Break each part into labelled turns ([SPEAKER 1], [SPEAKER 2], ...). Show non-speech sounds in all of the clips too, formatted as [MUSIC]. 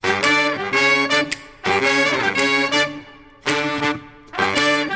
[SPEAKER 1] [LAUGHS]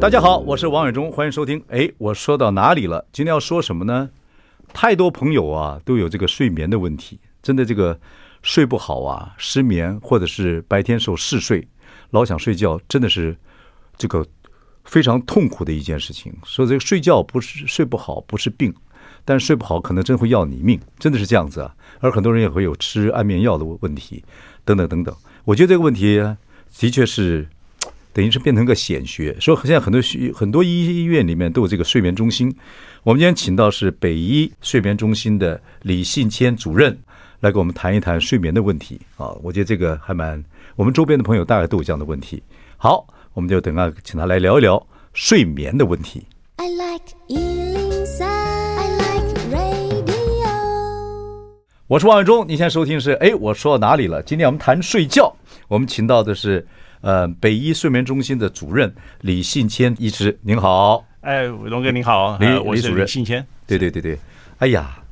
[SPEAKER 1] 大家好，我是王伟忠，欢迎收听。哎，我说到哪里了？今天要说什么呢？太多朋友啊都有这个睡眠的问题，真的这个睡不好啊，失眠或者是白天时候嗜睡，老想睡觉，真的是这个非常痛苦的一件事情。说这个睡觉不是睡不好不是病，但是睡不好可能真会要你命，真的是这样子啊。而很多人也会有吃安眠药的问题，等等等等。我觉得这个问题啊的确是等于是变成个显学。说现在很多学很多医院里面都有这个睡眠中心。我们今天请到是北医睡眠中心的李信谦主任来跟我们谈一谈睡眠的问题啊。我觉得这个还蛮我们周边的朋友大概都有这样的问题。好，我们就等下请他来聊一聊睡眠的问题。
[SPEAKER 2] I like Ealing Sound. I like radio.
[SPEAKER 1] 我是王伟忠，您现在收听是哎，我说到哪里了？今天我们谈睡觉，我们请到的是呃北医睡眠中心的主任李信谦医师，您好。
[SPEAKER 3] 哎，伟龙哥你好，
[SPEAKER 1] 李
[SPEAKER 3] 呃我
[SPEAKER 1] 李
[SPEAKER 3] 是
[SPEAKER 1] 主任
[SPEAKER 3] 李信谦。
[SPEAKER 1] 对对对对，哎呀，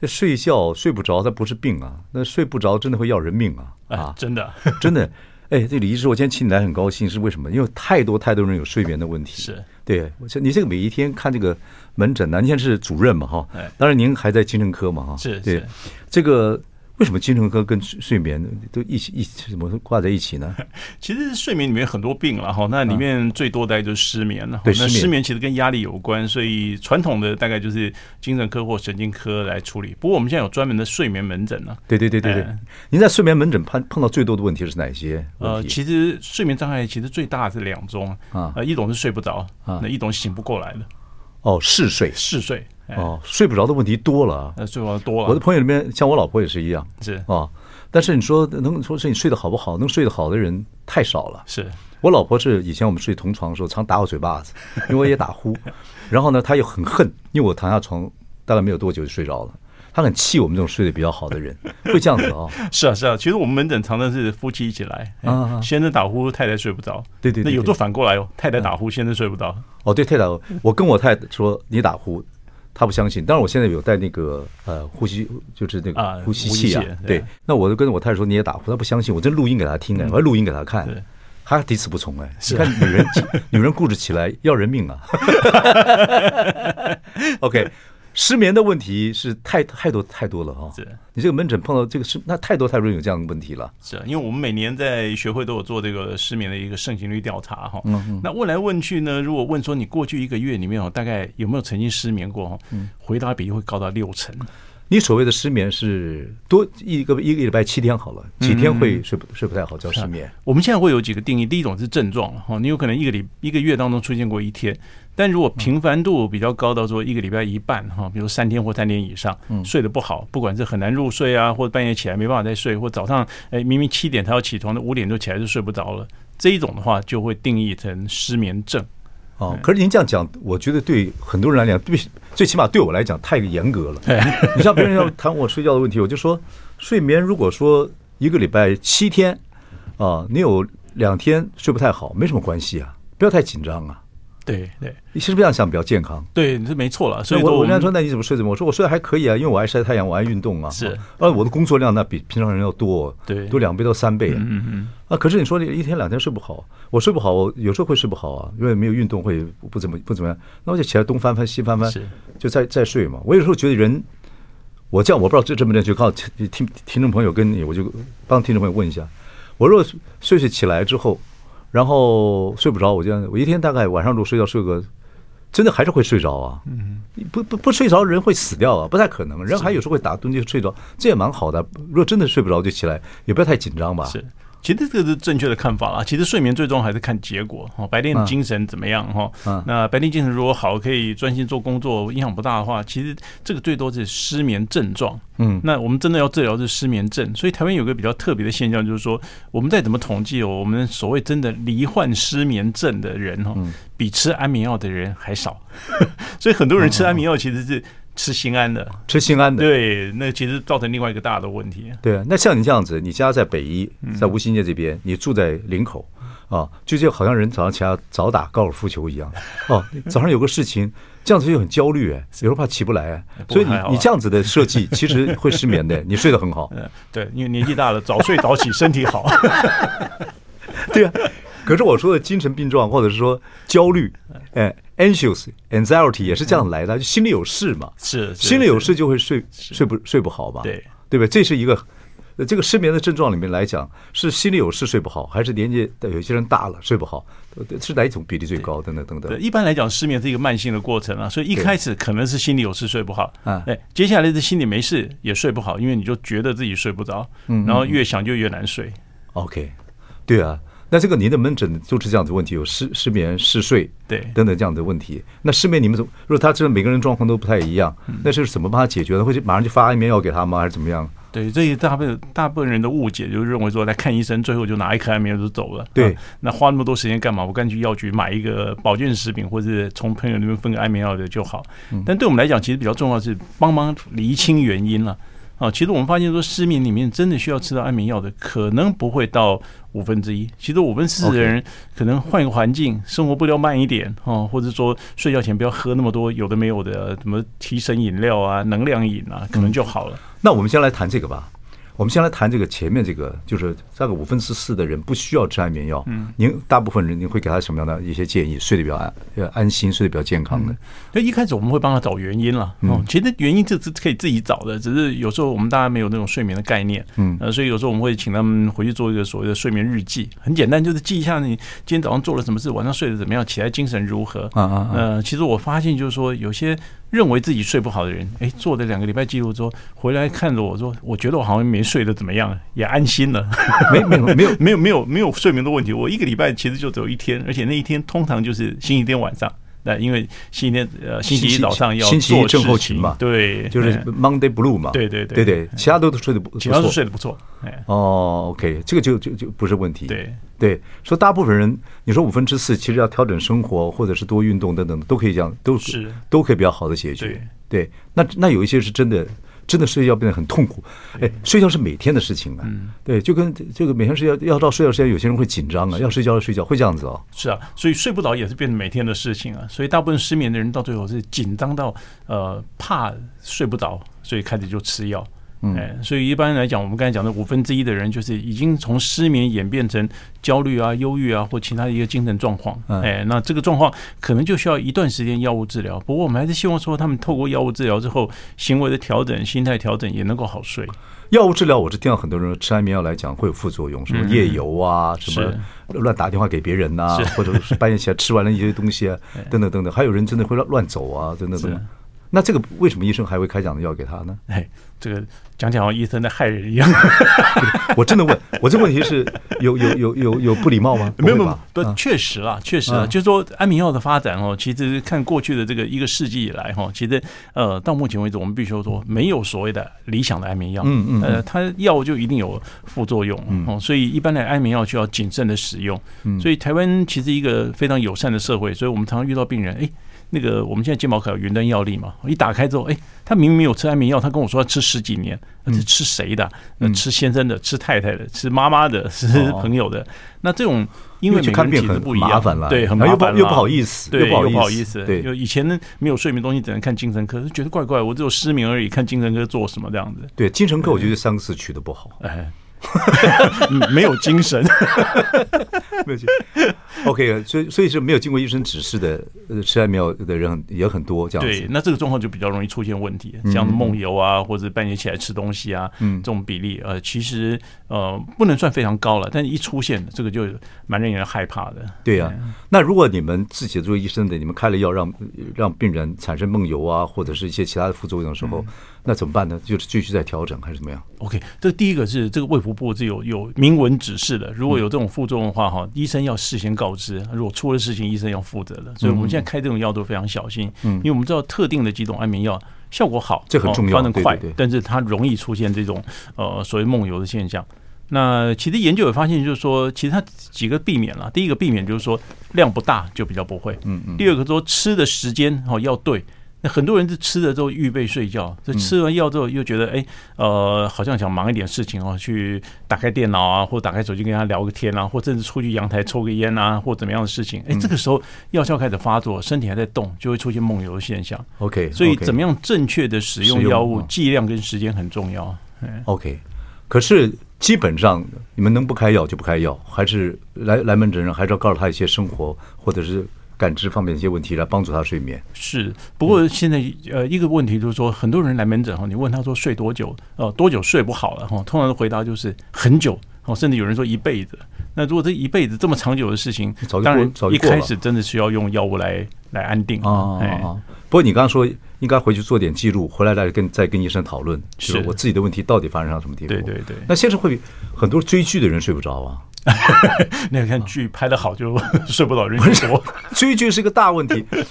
[SPEAKER 1] 这睡觉睡不着，它不是病啊，那睡不着真的会要人命啊
[SPEAKER 3] 啊
[SPEAKER 1] 啊，！
[SPEAKER 3] 真的 [LAUGHS]
[SPEAKER 1] 真的，哎，这李医师，我今天请你来很高兴，是为什么？因为太多太多人有睡眠的问题。
[SPEAKER 3] 是，
[SPEAKER 1] 对，我像你这个每一天看这个门诊呢，啊您现在是主任嘛哈
[SPEAKER 3] 哎，
[SPEAKER 1] 当然您还在精神科嘛哈，
[SPEAKER 3] 是
[SPEAKER 1] 对
[SPEAKER 3] 是，
[SPEAKER 1] 这个为什么精神科跟睡睡眠都一起一起怎么挂在一起呢？
[SPEAKER 3] 其实睡眠里面有很多病了哈，那里面最多大概就是失眠了。
[SPEAKER 1] 啊对
[SPEAKER 3] 那
[SPEAKER 1] 失眠
[SPEAKER 3] 失眠其实跟压力有关，所以传统的大概就是精神科或神经科来处理。不过我们现在有专门的睡眠门诊呢。
[SPEAKER 1] 对对对对对
[SPEAKER 3] [LAUGHS] 哎，
[SPEAKER 1] 您在睡眠门诊碰碰到最多的问题是哪些
[SPEAKER 3] 呃
[SPEAKER 1] 问，题？
[SPEAKER 3] 其实睡眠障碍其实最大的是两种
[SPEAKER 1] 啊
[SPEAKER 3] 呃，一种是睡不着，
[SPEAKER 1] 啊
[SPEAKER 3] 那一种醒不过来的
[SPEAKER 1] 哦，嗜睡，
[SPEAKER 3] 嗜睡。哎，哦
[SPEAKER 1] 哦，睡不着的问题多了啊。
[SPEAKER 3] 那睡不着多了。
[SPEAKER 1] 我的朋友里面，像我老婆也是一样
[SPEAKER 3] 是
[SPEAKER 1] 啊。但是你说能说是你睡得好不好，能睡得好的人太少了。
[SPEAKER 3] 是
[SPEAKER 1] 我老婆是以前我们睡同床的时候，常打我嘴巴子，因为我也打呼。然后呢，她又很恨，因为我躺下床大概没有多久就睡着了。她很气我们这种睡得比较好的人，会这样子啊、
[SPEAKER 3] 是啊是啊，其实我们门诊常常是夫妻一起来，哎
[SPEAKER 1] 啊啊
[SPEAKER 3] 先生打呼，太太睡不着。
[SPEAKER 1] 对对对
[SPEAKER 3] 那有
[SPEAKER 1] 对嗯
[SPEAKER 3] 时候反过来哦，太太打呼，先生睡不着。
[SPEAKER 1] 哦，对，太太，我跟我太太说你打呼，她不相信。当然，我现在有戴那个呃呼吸，就是那
[SPEAKER 3] 啊
[SPEAKER 1] 个呼吸器啊
[SPEAKER 3] 呼吸器。对嗯
[SPEAKER 1] 对，那我就跟我太太说你也打呼，她不相信。我真录音给她听哎，我还录音给她看
[SPEAKER 3] 对，
[SPEAKER 1] 她抵死不从哎。你看女人，女人固执起来要人
[SPEAKER 3] [LAUGHS]
[SPEAKER 1] 命啊。OK，失眠的问题是太太多太多了啊、
[SPEAKER 3] 是
[SPEAKER 1] 你这个门诊碰到这个是那太多太多人有这样的问题了。
[SPEAKER 3] 是啊，因为我们每年在学会都有做这个失眠的一个盛行率调查
[SPEAKER 1] 嗯
[SPEAKER 3] 哈。那问来问去呢，如果问说你过去一个月里面哦，大概有没有曾经失眠过哈？
[SPEAKER 1] 嗯
[SPEAKER 3] 回答比例会高达六成。
[SPEAKER 1] 你所谓的失眠是多一个一个礼拜七天好了，几天
[SPEAKER 3] 嗯
[SPEAKER 1] 会睡不、睡不太好叫失眠？
[SPEAKER 3] 我们现在会有几个定义，第一种是症状哈，你有可能一个礼一个月当中出现过一天，但如果频繁度比较高到说一个礼拜一半哈，比如三天或三天以上，睡得不好，不管是很难入睡啊，或者半夜起来没办法再睡，或早上哎明明七点他要起床的，五点就起来就睡不着了，这一种的话就会定义成失眠症。
[SPEAKER 1] 哦，可是您这样讲，我觉得对很多人来讲，对，最起码对我来讲太严格了。你像别人要谈我睡觉的问题，我就说，睡眠如果说一个礼拜七天，啊，你有两天睡不太好，没什么关系啊，不要太紧张啊。
[SPEAKER 3] 对对
[SPEAKER 1] 你是不是这样想比较健康？
[SPEAKER 3] 对，这没错了。所以
[SPEAKER 1] 那
[SPEAKER 3] 说
[SPEAKER 1] 我
[SPEAKER 3] 我
[SPEAKER 1] 我人家
[SPEAKER 3] 们
[SPEAKER 1] 说，那你怎么睡怎么？我说我睡得还可以啊，因为我爱晒太阳，我爱运动啊。
[SPEAKER 3] 是
[SPEAKER 1] 呃，我的工作量那比平常人要多，
[SPEAKER 3] 对
[SPEAKER 1] 多两倍到三倍。嗯嗯嗯。啊，可是你说你一天两天睡不好，我睡不好，我有时候会睡不好啊，因为没有运动会不不怎么不怎么样，那我就起来东翻翻西翻翻
[SPEAKER 3] 是，
[SPEAKER 1] 就再再睡嘛。我有时候觉得人，我这样我不知道这正不正确，告诉听听听众朋友跟你，我就帮听众朋友问一下，我若睡睡起来之后，然后睡不着，我这样我一天大概晚上如果睡觉睡个。真的还是会睡着啊，
[SPEAKER 3] 嗯
[SPEAKER 1] 不不不睡着人会死掉啊，不太可能。人还有时候会打盹就睡着，这也蛮好的。如果真的睡不着就起来，也不要太紧张吧。
[SPEAKER 3] 是其实这个是正确的看法啦。其实睡眠最终还是看结果哦，白天的精神怎么样哈、
[SPEAKER 1] 嗯
[SPEAKER 3] 那白天精神如果好，可以专心做工作，影响不大的话，其实这个最多是失眠症状。
[SPEAKER 1] 嗯
[SPEAKER 3] 那我们真的要治疗是失眠症，所以台湾有个比较特别的现象，就是说我们再怎么统计哦，我们所谓真的罹患失眠症的人哦，
[SPEAKER 1] 嗯
[SPEAKER 3] 比吃安眠药的人还少， [LAUGHS] 所以很多人吃安眠药其实是吃心安的，
[SPEAKER 1] 吃心安的。
[SPEAKER 3] 对，那其实造成另外一个大的问题。
[SPEAKER 1] 对啊，那像你这样子，你家在北一，
[SPEAKER 3] 嗯
[SPEAKER 1] 在吴兴街这边，你住在林口啊，就就好像人早上起来早打高尔夫球一样。哦，早上有个事情，这样子就很焦虑哎，有时候怕起不来哎，
[SPEAKER 3] 不
[SPEAKER 1] 所
[SPEAKER 3] 过
[SPEAKER 1] 以你
[SPEAKER 3] 还好啊
[SPEAKER 1] 你这样子的设
[SPEAKER 3] [LAUGHS]
[SPEAKER 1] 计其实会失眠的，你睡得很好。
[SPEAKER 3] 嗯，对，因为年纪大了，早睡早起，身体好。 [LAUGHS] 哎
[SPEAKER 1] 对啊，可是我说的精神病状或者是说焦虑，哎，anxious anxiety 也是这样来
[SPEAKER 3] 嗯
[SPEAKER 1] 的，就心里有事嘛。
[SPEAKER 3] 是是
[SPEAKER 1] 心里有事就会睡睡不睡不好吧？
[SPEAKER 3] 对
[SPEAKER 1] 对吧？这是一个呃这个失眠的症状里面来讲，是心里有事睡不好，还是年纪呃有些人大了睡不好，呃是哪一种比例最高？等等等
[SPEAKER 3] 对，
[SPEAKER 1] 等。
[SPEAKER 3] 一般来讲，失眠是一个慢性的过程啊，所以一
[SPEAKER 1] 对
[SPEAKER 3] 开始可能是心里有事睡不好，
[SPEAKER 1] 嗯
[SPEAKER 3] 哎，接下来是心里没事也睡不好，因为你就觉得自己睡不着，
[SPEAKER 1] 嗯
[SPEAKER 3] 然后越想就越难睡。
[SPEAKER 1] OK，对啊，那这个您的门诊就是这样子问题，有失失眠、嗜睡，
[SPEAKER 3] 对
[SPEAKER 1] 等等这样子的问题。那失眠你们怎么？如果他真的每个人状况都不太一样，
[SPEAKER 3] 嗯
[SPEAKER 1] 那是怎么帮他解决的？会去马上就发安眠药给他吗？还是怎么样？
[SPEAKER 3] 对，这一大部分大部分人的误解就是认为说来看医生，最后就拿一颗安眠药就走了。
[SPEAKER 1] 对
[SPEAKER 3] 啊那花那么多时间干嘛？我干脆去药局买一个保健食品，或者是从朋友那边分个安眠药的就好。
[SPEAKER 1] 嗯
[SPEAKER 3] 但对我们来讲，其实比较重要的是帮忙厘清原因了。啊，其实我们发现说，失眠里面真的需要吃到安眠药的，可能不会到五分之一。其实五分之四
[SPEAKER 1] OK
[SPEAKER 3] 的人可能换一个环境，生活步调慢一点哦，或者说睡觉前不要喝那么多有的没有的，什么提神饮料啊、能量饮啊，可
[SPEAKER 1] 嗯
[SPEAKER 3] 能就好了。
[SPEAKER 1] 那我们先来谈这个吧。我们先来谈这个前面这个，就是大概五分之四的人不需要吃安眠药。嗯，您大部分人您会给他什么样的一些建议？睡得比较安呃安心，睡得比较健
[SPEAKER 3] [LAUGHS]
[SPEAKER 1] 康的。
[SPEAKER 3] 那一开始我们会帮他找原因了，
[SPEAKER 1] 嗯
[SPEAKER 3] 哦，其实原因这是可以自己找的，只是有时候我们大家没有那种睡眠的概念，
[SPEAKER 1] 嗯
[SPEAKER 3] 呃，所以有时候我们会请他们回去做一个所谓的睡眠日记，很简单，就是记一下你今天早上做了什么事，晚上睡得怎么样，起来精神如何。
[SPEAKER 1] 啊啊啊！
[SPEAKER 3] 呃，其实我发现就是说，有些认为自己睡不好的人，哎，做了两个礼拜记录之后，回来看着我说，我觉得我好像没睡得怎么样，也安心了。
[SPEAKER 1] 没没有没有，
[SPEAKER 3] [LAUGHS] 没有没有没有睡眠的问题，我一个礼拜其实就只有一天，而且那一天通常就是星期天晚上。那因为星期天呃星期一早上要
[SPEAKER 1] 星期一
[SPEAKER 3] 做事
[SPEAKER 1] 症候
[SPEAKER 3] 情
[SPEAKER 1] 群嘛
[SPEAKER 3] 对，
[SPEAKER 1] 就是 Monday Blue 嘛。
[SPEAKER 3] 哎对对
[SPEAKER 1] 对
[SPEAKER 3] 对
[SPEAKER 1] 对，其他都睡得不
[SPEAKER 3] 主要
[SPEAKER 1] 不
[SPEAKER 3] 是
[SPEAKER 1] 错
[SPEAKER 3] 睡得不错，哎，
[SPEAKER 1] 哦，OK，这个就就就不是问题。
[SPEAKER 3] 对
[SPEAKER 1] 对，说大部分人，你说五分之四其实要调整生活，或者是多运动等等，都可以这样，都
[SPEAKER 3] 是
[SPEAKER 1] 都可以比较好的解决。对，那那有一些是真的，真的睡觉变得很痛苦。哎，睡觉是每天的事情啊。
[SPEAKER 3] 嗯
[SPEAKER 1] 对，就跟这个每天睡觉要到睡觉时间，有些人会紧张啊，要睡觉要睡觉，会这样子哦。
[SPEAKER 3] 是啊，所以睡不着也是变成每天的事情啊，所以大部分失眠的人到最后是紧张到呃怕睡不着，所以开始就吃药。
[SPEAKER 1] 嗯
[SPEAKER 3] 哎，所以一般来讲，我们刚才讲的五分之一的人，就是已经从失眠演变成焦虑啊、忧郁啊或其他的一个精神状况。
[SPEAKER 1] 嗯
[SPEAKER 3] 哎，那这个状况可能就需要一段时间药物治疗。不过我们还是希望说，他们透过药物治疗之后，行为的调整、心态调整也能够好睡。
[SPEAKER 1] 药物治疗，我是听到很多人吃安眠药来讲会有副作用，什么夜游啊，什么
[SPEAKER 3] 嗯是
[SPEAKER 1] 乱打电话给别人呐、 [LAUGHS] 或者是半夜起来吃完了一些东西
[SPEAKER 3] [LAUGHS]
[SPEAKER 1] 啊，等等等等，还有人真的会乱乱走啊，等等等等
[SPEAKER 3] 是。
[SPEAKER 1] 那这个为什么医生还会开这样的药给他呢？ [LAUGHS]
[SPEAKER 3] 哎，这个讲起来好像医生在害人一样。
[SPEAKER 1] 我真的问，我这个问题是有有有有有不礼貌吗？
[SPEAKER 3] [LAUGHS] 没有
[SPEAKER 1] 不
[SPEAKER 3] 没
[SPEAKER 1] 会
[SPEAKER 3] 有
[SPEAKER 1] 吧，
[SPEAKER 3] 不，确实啦，确实
[SPEAKER 1] 啊
[SPEAKER 3] 啦，就是说安眠药的发展哦，其实看过去的这个一个世纪以来哈，其实呃到目前为止，我们必须说没有所谓的理想的安眠药，
[SPEAKER 1] 嗯嗯嗯嗯
[SPEAKER 3] 呃，它药就一定有副作用哦，所以一般的安眠药就要谨慎的使用，所以台湾其实一个非常友善的社会，所以我们常常遇到病人，哎，那个我们现在健保卡有云端药力嘛，一打开之后，哎，他明明没有吃安眠药，他跟我说他吃十几年，
[SPEAKER 1] 嗯
[SPEAKER 3] 那是吃谁的？那吃先生的，吃太太的，吃妈妈的，吃
[SPEAKER 1] 哦
[SPEAKER 3] 朋友的。那这种因
[SPEAKER 1] 因
[SPEAKER 3] 为
[SPEAKER 1] 为去
[SPEAKER 3] 每个
[SPEAKER 1] 看
[SPEAKER 3] 人
[SPEAKER 1] 病
[SPEAKER 3] 体质
[SPEAKER 1] 很
[SPEAKER 3] 不一样，
[SPEAKER 1] 麻烦了，
[SPEAKER 3] 对，很
[SPEAKER 1] 然
[SPEAKER 3] 麻
[SPEAKER 1] 后又不
[SPEAKER 3] 烦啦
[SPEAKER 1] 又不好意思，
[SPEAKER 3] 对，又
[SPEAKER 1] 不
[SPEAKER 3] 好
[SPEAKER 1] 好
[SPEAKER 3] 意思。
[SPEAKER 1] 对
[SPEAKER 3] 就以前呢，没有睡眠东西，只能看精神科，就觉得怪怪，我只有失眠而已，看精神科做什么这样子？
[SPEAKER 1] 对，精神科我觉得三个字取 [LAUGHS]
[SPEAKER 3] [LAUGHS]
[SPEAKER 1] 得不好。
[SPEAKER 3] 哎，没有精神。
[SPEAKER 1] 没有精 OK，所以所以是没有经过医生指示的呃吃安眠药的人很也很多这样
[SPEAKER 3] 对
[SPEAKER 1] 子，。
[SPEAKER 3] 那这个状况就比较容易出现问题，
[SPEAKER 1] 嗯
[SPEAKER 3] 像梦游啊，或者半夜起来吃东西啊，这种比例，呃，其实呃不能算非常高了，但一出现，这个就蛮让人害怕的。
[SPEAKER 1] 对呀、那如果你们自己作为医生的，你们开了药让让病人产生梦游啊，或者是一些其他的副作用的时
[SPEAKER 3] 嗯
[SPEAKER 1] 候，那怎么办呢？就是继续在调整还是怎么样？
[SPEAKER 3] OK，这第一个是这个卫福部是有有明文指示的，如果
[SPEAKER 1] 嗯
[SPEAKER 3] 有这种副作用的话，哈，医生要事先告知，如果出了事情，医生要负责的。所以我们
[SPEAKER 1] 嗯
[SPEAKER 3] 现在开这种药都非常小心，嗯，因为我们知道特定的几种安眠药效果好，
[SPEAKER 1] 这很重要
[SPEAKER 3] 哦发得快，
[SPEAKER 1] 对对对
[SPEAKER 3] 但是它容易出现这种呃所谓梦游的现象。那其实研究也发现，就是说，其实它几个避免了。第一个避免就是说量不大就比较不会，嗯嗯。第二个说吃的时间哦要对。那很多人是吃了之后预备睡觉，这吃完药之后又觉得哎、呃好像想忙一点事情哦，去打开电脑啊，或打开手机跟他聊个天啊，或甚至出去阳台抽个烟啊，或怎么样的事情。哎、这个时候药效开始发作，身体还在动，就会出现梦游的现象。
[SPEAKER 1] OK，
[SPEAKER 3] 所以
[SPEAKER 1] OK
[SPEAKER 3] 怎么样正确的使
[SPEAKER 1] 使
[SPEAKER 3] 用
[SPEAKER 1] 用
[SPEAKER 3] 药物
[SPEAKER 1] 嗯，
[SPEAKER 3] 剂量跟时间很重要。
[SPEAKER 1] OK，可是基本上你们能不开药就不开药，还是来来门诊人还是要告诉他一些生活或者是感知方面的一些问题，来帮助他睡眠。
[SPEAKER 3] 是，
[SPEAKER 1] 嗯
[SPEAKER 3] 不过现在呃，一个问题就是说，很多人来门诊哈，你问他说睡多久，呃，多久睡不好了哈，通常的回答就是很久，哦，甚至有人说一辈子。那如果这一辈子这么长久的事情
[SPEAKER 1] 早就过，
[SPEAKER 3] 当然
[SPEAKER 1] 早就
[SPEAKER 3] 一
[SPEAKER 1] 过了
[SPEAKER 3] 开始真的需要用药物来来安定
[SPEAKER 1] 啊啊
[SPEAKER 3] 哎
[SPEAKER 1] 啊！啊不过你刚刚说应该回去做点记录，回来再跟再跟医生讨论，就是我自己的问题到底发生到什么地步。
[SPEAKER 3] 对对对
[SPEAKER 1] 那现在会很多追剧的人睡不着啊，
[SPEAKER 3] 哎 [LAUGHS] 那个看剧拍的好就 [LAUGHS] 睡不着，人就多。
[SPEAKER 1] 追剧是个大问题。 [LAUGHS]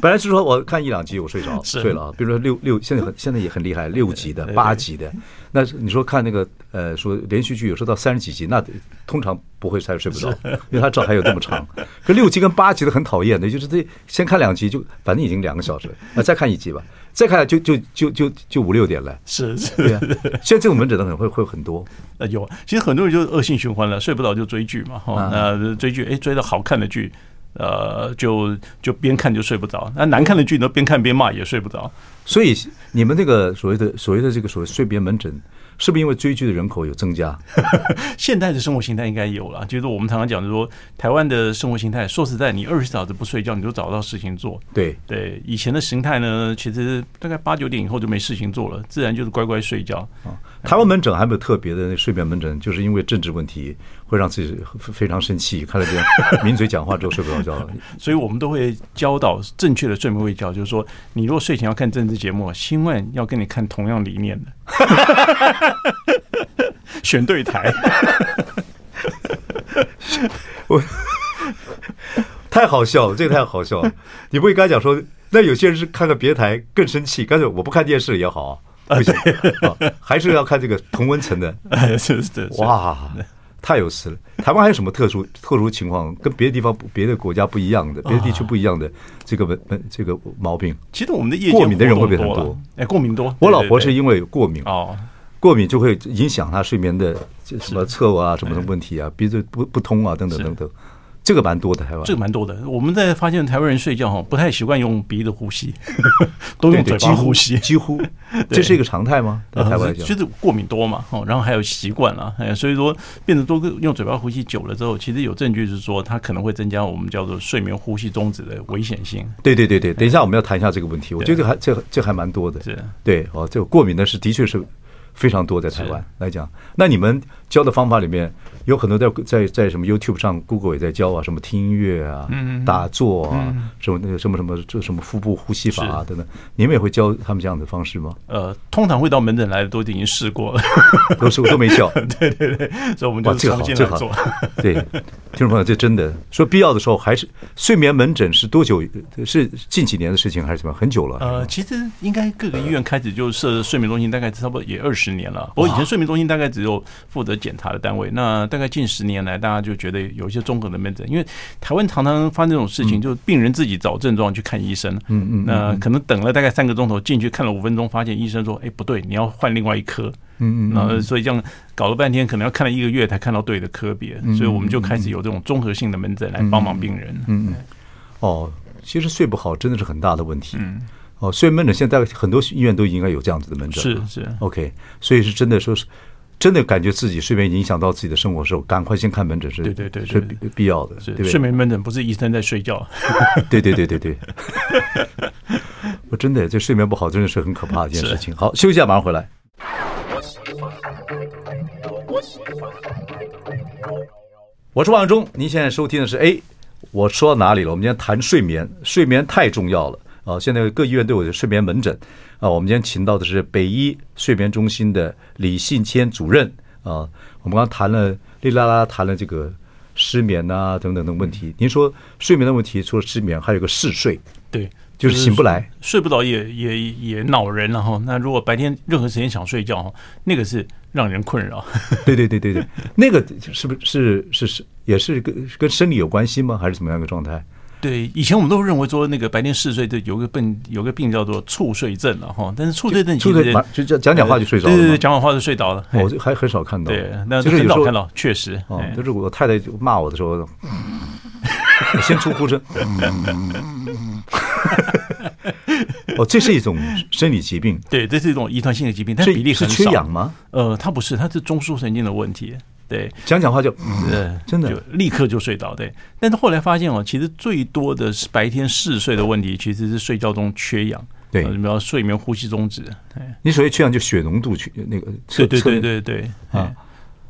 [SPEAKER 1] 本来是说我看一两集我睡着
[SPEAKER 3] [LAUGHS] 是
[SPEAKER 1] 睡了啊，比如说六六，现在很现在也很厉害，六集的、
[SPEAKER 3] 对对
[SPEAKER 1] 八集的。那你说看那个呃，说连续剧有时候到三十几集，那通常不会才睡不着，因为它正还有这么长。可六集跟八集的很讨厌的，就是这先看两集就反正已经两个小时了，啊再看一集吧，再看就就就就就五六点了。
[SPEAKER 3] 是
[SPEAKER 1] 对
[SPEAKER 3] 是，
[SPEAKER 1] 啊，现在这种门诊的很会会很多。
[SPEAKER 3] 呃有，其实很多人就是恶性循环了，睡不着就追剧嘛，哈、那追剧，哎，追到好看的剧，呃，就就边看就睡不着，那难看的剧呢，边看边骂也睡不着。 [LAUGHS]
[SPEAKER 1] 所以你们那个所谓的所谓的这个所谓睡眠门诊，是不是因为追剧的人口有增加？
[SPEAKER 3] 现代的生活形态应该有了，就是我们常常讲的说，台湾的生活形态，说实在，你二十小时不睡觉，你就找不到事情做。
[SPEAKER 1] 对。
[SPEAKER 3] 对，以前的形态呢，其实大概八九点以后就没事情做了，自然就是乖乖睡觉。
[SPEAKER 1] 台湾门诊还没有特别的那睡眠门诊，就是因为政治问题会让自己非非常生气，看了 [LAUGHS]
[SPEAKER 3] [LAUGHS]
[SPEAKER 1] 别人抿嘴讲话之后睡不着觉了。
[SPEAKER 3] 所以我们都会教导正确的睡眠卫教，就是说，你如果睡前要看政治节目，千万要跟你看同样理念的， [LAUGHS] 选对台。 [LAUGHS]
[SPEAKER 1] 太好笑了，这个太好笑了。你不会跟他讲说，那有些人是看看别的台更生气，干脆我不看电视也好啊，
[SPEAKER 3] [LAUGHS]
[SPEAKER 1] 不行啊，还是要看这个同温层的。
[SPEAKER 3] 哎是是是，
[SPEAKER 1] 哇，太有词了。台湾还有什么特殊特殊情况，跟别的地方不、别的国家不一样的，别的地区不一样的这个文文这个毛病？
[SPEAKER 3] 其实我们的夜间
[SPEAKER 1] 过敏的人会不会很
[SPEAKER 3] 活动
[SPEAKER 1] 多
[SPEAKER 3] 了？哎，过敏多。
[SPEAKER 1] 我
[SPEAKER 3] 对
[SPEAKER 1] 老婆
[SPEAKER 3] 对
[SPEAKER 1] 是因为有过敏
[SPEAKER 3] 哦，
[SPEAKER 1] 过敏就会影响他睡眠的这什么侧啊、什么什么问题啊，鼻子不不通啊，等等
[SPEAKER 3] 哎是
[SPEAKER 1] 等等，这个蛮多的台湾。
[SPEAKER 3] 这个蛮多的。我们在发现台湾人睡觉哈，不太习惯用鼻子呼吸， [LAUGHS] 都
[SPEAKER 1] 对
[SPEAKER 3] 用
[SPEAKER 1] 对
[SPEAKER 3] 嘴巴
[SPEAKER 1] 几乎
[SPEAKER 3] 呼吸。
[SPEAKER 1] [LAUGHS] 几乎，这是一个常态吗？在台湾来
[SPEAKER 3] 呃
[SPEAKER 1] 讲
[SPEAKER 3] 就是过敏多嘛，哦，然后还有习惯了，哎，所以说变得多个用嘴巴呼吸久了之后，其实有证据是说它可能会增加我们叫做睡眠呼吸终止的危险性。
[SPEAKER 1] 对对对对，等一下我们要谈一下这个问题，我觉得还这这还蛮多的。
[SPEAKER 3] 哎是
[SPEAKER 1] 对哦，这个过敏的是的确是非常多，在台湾来讲。那你们教的方法里面有很多在在在什么 YouTube 上、Google 也在教啊，什么听音乐啊、
[SPEAKER 3] 嗯
[SPEAKER 1] 打坐啊，什么那个什么什么这什么腹部呼吸法啊等等，你们也会教他们这样的方式吗？
[SPEAKER 3] 呃，通常会到门诊来的都已经试过了， [LAUGHS]
[SPEAKER 1] 都 [LAUGHS] 是我都没笑。
[SPEAKER 3] 对对对，所以我们
[SPEAKER 1] 哇，这
[SPEAKER 3] 就
[SPEAKER 1] 个
[SPEAKER 3] 重
[SPEAKER 1] 好，
[SPEAKER 3] 新
[SPEAKER 1] 这
[SPEAKER 3] 来
[SPEAKER 1] 个
[SPEAKER 3] 做。
[SPEAKER 1] 好。 [LAUGHS] 对，听众朋友，这真的说必要的时候，还是睡眠门诊是多久？是近几年的事情还是怎么样？很久了。
[SPEAKER 3] 呃，其实应该各个医院开始就设睡眠中心，大概差不多也二十年了。我以前睡眠中心大概只有负责检查的单位，那大概近十年来，大家就觉得有一些综合的门诊，因为台湾常常发生这种事情，就是病人自己找症状去看医生，嗯嗯，那可能等了大概三个钟头，进去看了五分钟，发现医生说，哎，不对，你要换另外一科。嗯嗯，那所以这样搞了半天，可能要看了一个月才看到对的科别，所以我们就开始有这种综合性的门诊来帮忙病人。嗯，
[SPEAKER 1] 哦，其实睡不好真的是很大的问题。嗯，哦，睡眠门诊现在很多医院都应该有这样子的门诊了。
[SPEAKER 3] 是是
[SPEAKER 1] OK，所以是真的说是真的感觉自己睡眠影响到自己的生活的时候，赶快先看门诊是，
[SPEAKER 3] 对对对对
[SPEAKER 1] 是必必要的，对
[SPEAKER 3] 是
[SPEAKER 1] 不对
[SPEAKER 3] 睡眠门诊不是医生在睡觉，
[SPEAKER 1] [LAUGHS] 对对对对 [LAUGHS] 对，我真的这睡眠不好真的是很可怕的一件事情。好，休息一下，马上回来。我是王永忠，您现在收听的是哎，我说到哪里了？我们今天谈睡眠，睡眠太重要了啊！现在各医院都有睡眠门诊啊。我们今天请到的是北医睡眠中心的李信谦主任啊。我们刚刚谈了，哩啦啦谈了这个失眠啊等等等问题。您说睡眠的问题，除了失眠，还有个嗜睡，
[SPEAKER 3] 对，
[SPEAKER 1] 就是醒不来。
[SPEAKER 3] 睡不着也也也恼人了哈。那如果白天任何时间想睡觉哈，那个是让人困扰。 [LAUGHS]
[SPEAKER 1] 对对对对对，那个是不是是是也是跟跟生理有关系吗？还是怎么样一个状态？
[SPEAKER 3] 对，以前我们都认为说那个白天嗜睡，对，有个病有个病叫做猝睡症了哈。但是猝睡症其
[SPEAKER 1] 就
[SPEAKER 3] 实
[SPEAKER 1] 是马就讲讲讲话就睡着了
[SPEAKER 3] 呃对
[SPEAKER 1] 嘛。
[SPEAKER 3] 对对，讲完话就睡着了。
[SPEAKER 1] 我就哦还很少看到。
[SPEAKER 3] 对，那
[SPEAKER 1] 就是
[SPEAKER 3] 很
[SPEAKER 1] 有时
[SPEAKER 3] 少
[SPEAKER 1] 候
[SPEAKER 3] 看到，确实。
[SPEAKER 1] 哦
[SPEAKER 3] 哎，
[SPEAKER 1] 就是我太太就骂我的时候， [LAUGHS] 我先出呼声。 [LAUGHS] 哦，这是一种生理疾病，
[SPEAKER 3] 对，这是一种遗传性的疾病，但
[SPEAKER 1] 是
[SPEAKER 3] 比例
[SPEAKER 1] 是
[SPEAKER 3] 很
[SPEAKER 1] 缺
[SPEAKER 3] 少。
[SPEAKER 1] 氧吗？
[SPEAKER 3] 呃，它不是，它是中枢神经的问题。对，
[SPEAKER 1] 讲讲话就
[SPEAKER 3] 呃，
[SPEAKER 1] 真的
[SPEAKER 3] 就立刻就睡着。对，但是后来发现哦，其实最多的是白天嗜睡的问题，其实是睡觉中缺氧。
[SPEAKER 1] 对
[SPEAKER 3] 呃比方睡眠呼吸中止。哎
[SPEAKER 1] 你所谓缺氧就血浓度去那个
[SPEAKER 3] 对
[SPEAKER 1] 测
[SPEAKER 3] 对
[SPEAKER 1] 测
[SPEAKER 3] 对
[SPEAKER 1] 那
[SPEAKER 3] 对对
[SPEAKER 1] 啊
[SPEAKER 3] 哎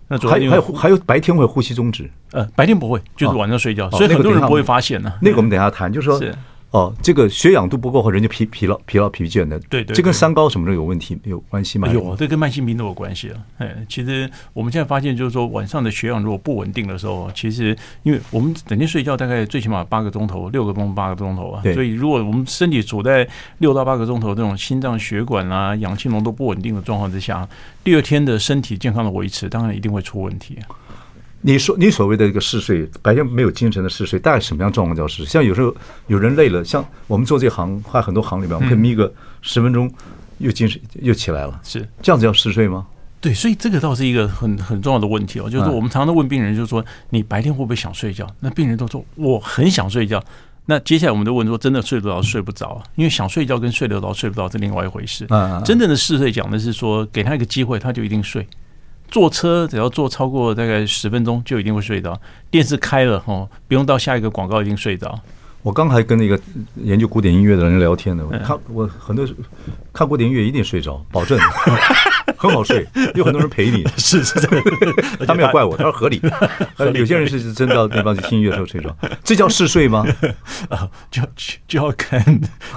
[SPEAKER 3] 那主要
[SPEAKER 1] 还
[SPEAKER 3] 因
[SPEAKER 1] 有
[SPEAKER 3] 为
[SPEAKER 1] 还有还有白天会呼吸中止，
[SPEAKER 3] 呃白天不会，就是
[SPEAKER 1] 哦
[SPEAKER 3] 晚上睡觉，
[SPEAKER 1] 哦
[SPEAKER 3] 啊所以
[SPEAKER 1] 那
[SPEAKER 3] 很
[SPEAKER 1] 个等一
[SPEAKER 3] 多人
[SPEAKER 1] 下
[SPEAKER 3] 不会
[SPEAKER 1] 我们
[SPEAKER 3] 发现呢。啊
[SPEAKER 1] 那个我们等一下谈，就是说
[SPEAKER 3] 是
[SPEAKER 1] 哦，这个血氧度不够后，人就疲疲劳疲劳疲倦的，
[SPEAKER 3] 对对
[SPEAKER 1] 这
[SPEAKER 3] 哎
[SPEAKER 1] 跟
[SPEAKER 3] 对
[SPEAKER 1] 三高什么的有问题有关系吗？
[SPEAKER 3] 有，这跟慢性病都有关系啊。哎，其实我们现在发现，就是说晚上的血氧如果不稳定的时候，其实因为我们整天睡觉大概最起码八个钟头，六个钟八个钟头啊
[SPEAKER 1] 对。
[SPEAKER 3] 所以如果我们身体处在六到八个钟头这种心脏血管啊、氧气浓度不稳定的状况之下，第二天的身体健康的维持当然一定会出问题。啊
[SPEAKER 1] 你说你所谓的一个嗜睡，白天没有精神的嗜睡，大概什么样状况叫嗜睡？像有时候有人累了，像我们做这行，还有很多行里边，我们可以眯个十分钟，又精神又起来了，
[SPEAKER 3] 是，
[SPEAKER 1] 这样子叫嗜睡吗？
[SPEAKER 3] 对，所以这个倒是一个很很重要的问题哦，就是
[SPEAKER 1] 嗯
[SPEAKER 3] 我们常常问病人，就是说你白天会不会想睡觉？那病人都说我很想睡觉。那接下来我们就问说，真的睡得着睡不着啊？因为想睡觉跟睡得着睡不着是另外一回事。
[SPEAKER 1] 嗯嗯嗯
[SPEAKER 3] 真正的嗜睡讲的是说，给他一个机会，他就一定睡。坐车只要坐超过大概十分钟，就一定会睡着。电视开了哦，不用到下一个广告一定睡着。
[SPEAKER 1] 我刚还跟那个研究古典音乐的人聊天呢，我看我很多看古典音乐一定睡着，保证 [LAUGHS] 很好睡，有很多人陪 [LAUGHS] 你，
[SPEAKER 3] 是是是
[SPEAKER 1] 他们要怪我，他说合 [LAUGHS] 理。呃，有些人是真到那帮去听音乐的时候睡着，这叫嗜睡 [LAUGHS] 吗？
[SPEAKER 3] [LAUGHS] 啊，就就就要看，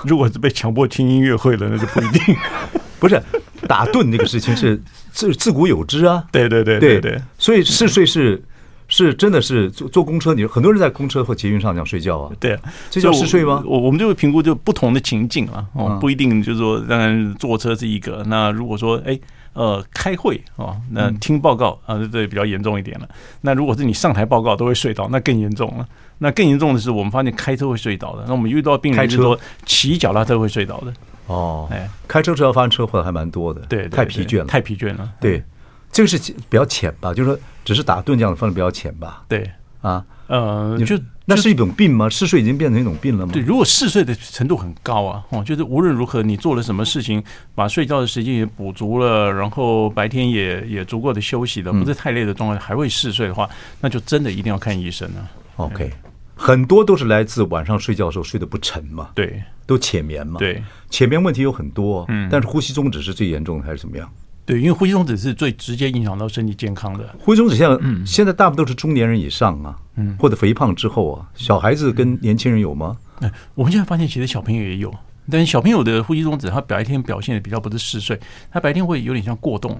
[SPEAKER 3] 如果是被强迫听音乐会了，那就不一定。 [LAUGHS]
[SPEAKER 1] 不是，打盹这个事情是自自古有之啊。
[SPEAKER 3] 对对对
[SPEAKER 1] 对
[SPEAKER 3] 对，
[SPEAKER 1] 所以嗜睡是是真的是坐坐公车，你很多人在公车或捷运上这样睡觉啊。
[SPEAKER 3] 对，
[SPEAKER 1] 这
[SPEAKER 3] 所以
[SPEAKER 1] 叫嗜睡吗
[SPEAKER 3] 我我我们就会评估就不同的情境啊，哦
[SPEAKER 1] 嗯，
[SPEAKER 3] 不一定就是说，当然坐车是一个。那如果说，哎，呃，开会哦，那
[SPEAKER 1] 嗯
[SPEAKER 3] 听报告啊，这这比较严重一点了。那如果是你上台报告都会睡到，那更严重了。那更严重的是，我们发现开车会睡倒的。那我们遇到病
[SPEAKER 1] 开
[SPEAKER 3] 人
[SPEAKER 1] 车
[SPEAKER 3] 就是说骑脚踏车会睡倒的，
[SPEAKER 1] 哦
[SPEAKER 3] 哎，
[SPEAKER 1] 开车时候发生车祸还蛮多的，
[SPEAKER 3] 对，对
[SPEAKER 1] 太疲
[SPEAKER 3] 对
[SPEAKER 1] 倦了。
[SPEAKER 3] 太疲倦了，
[SPEAKER 1] 对，这个是比较浅吧，就是说只是打盹这样的方式比较浅吧。
[SPEAKER 3] 对，
[SPEAKER 1] 啊，
[SPEAKER 3] 呃，
[SPEAKER 1] 你
[SPEAKER 3] 就
[SPEAKER 1] 那是一种病吗？嗜睡已经变成一种病了吗
[SPEAKER 3] 对，？如果嗜睡的程度很高啊，哦，就是无论如何你做了什么事情，把睡觉的时间也补足了，然后白天也也足够的休息的，不是太累的状况下还会嗜睡的话，那就真的一定要看医生啊了、
[SPEAKER 1] ，OK，很多都是来自晚上睡觉的时候睡得不沉嘛，
[SPEAKER 3] 对
[SPEAKER 1] 都浅眠嘛。
[SPEAKER 3] 对，
[SPEAKER 1] 浅眠问题有很多，嗯，但是呼吸中止是最严重的还是怎么样？
[SPEAKER 3] 对，因为呼吸中止是最直接影响到身体健康的。
[SPEAKER 1] 呼吸中止现在、
[SPEAKER 3] 嗯
[SPEAKER 1] 现在大部分都是中年人以上啊，嗯，或者肥胖之后啊，小孩子跟年轻人有吗？
[SPEAKER 3] 哎我们现在发现，其实小朋友也有，但是小朋友的呼吸中止，他白天表现的比较不是嗜睡，他白天会有点像过动，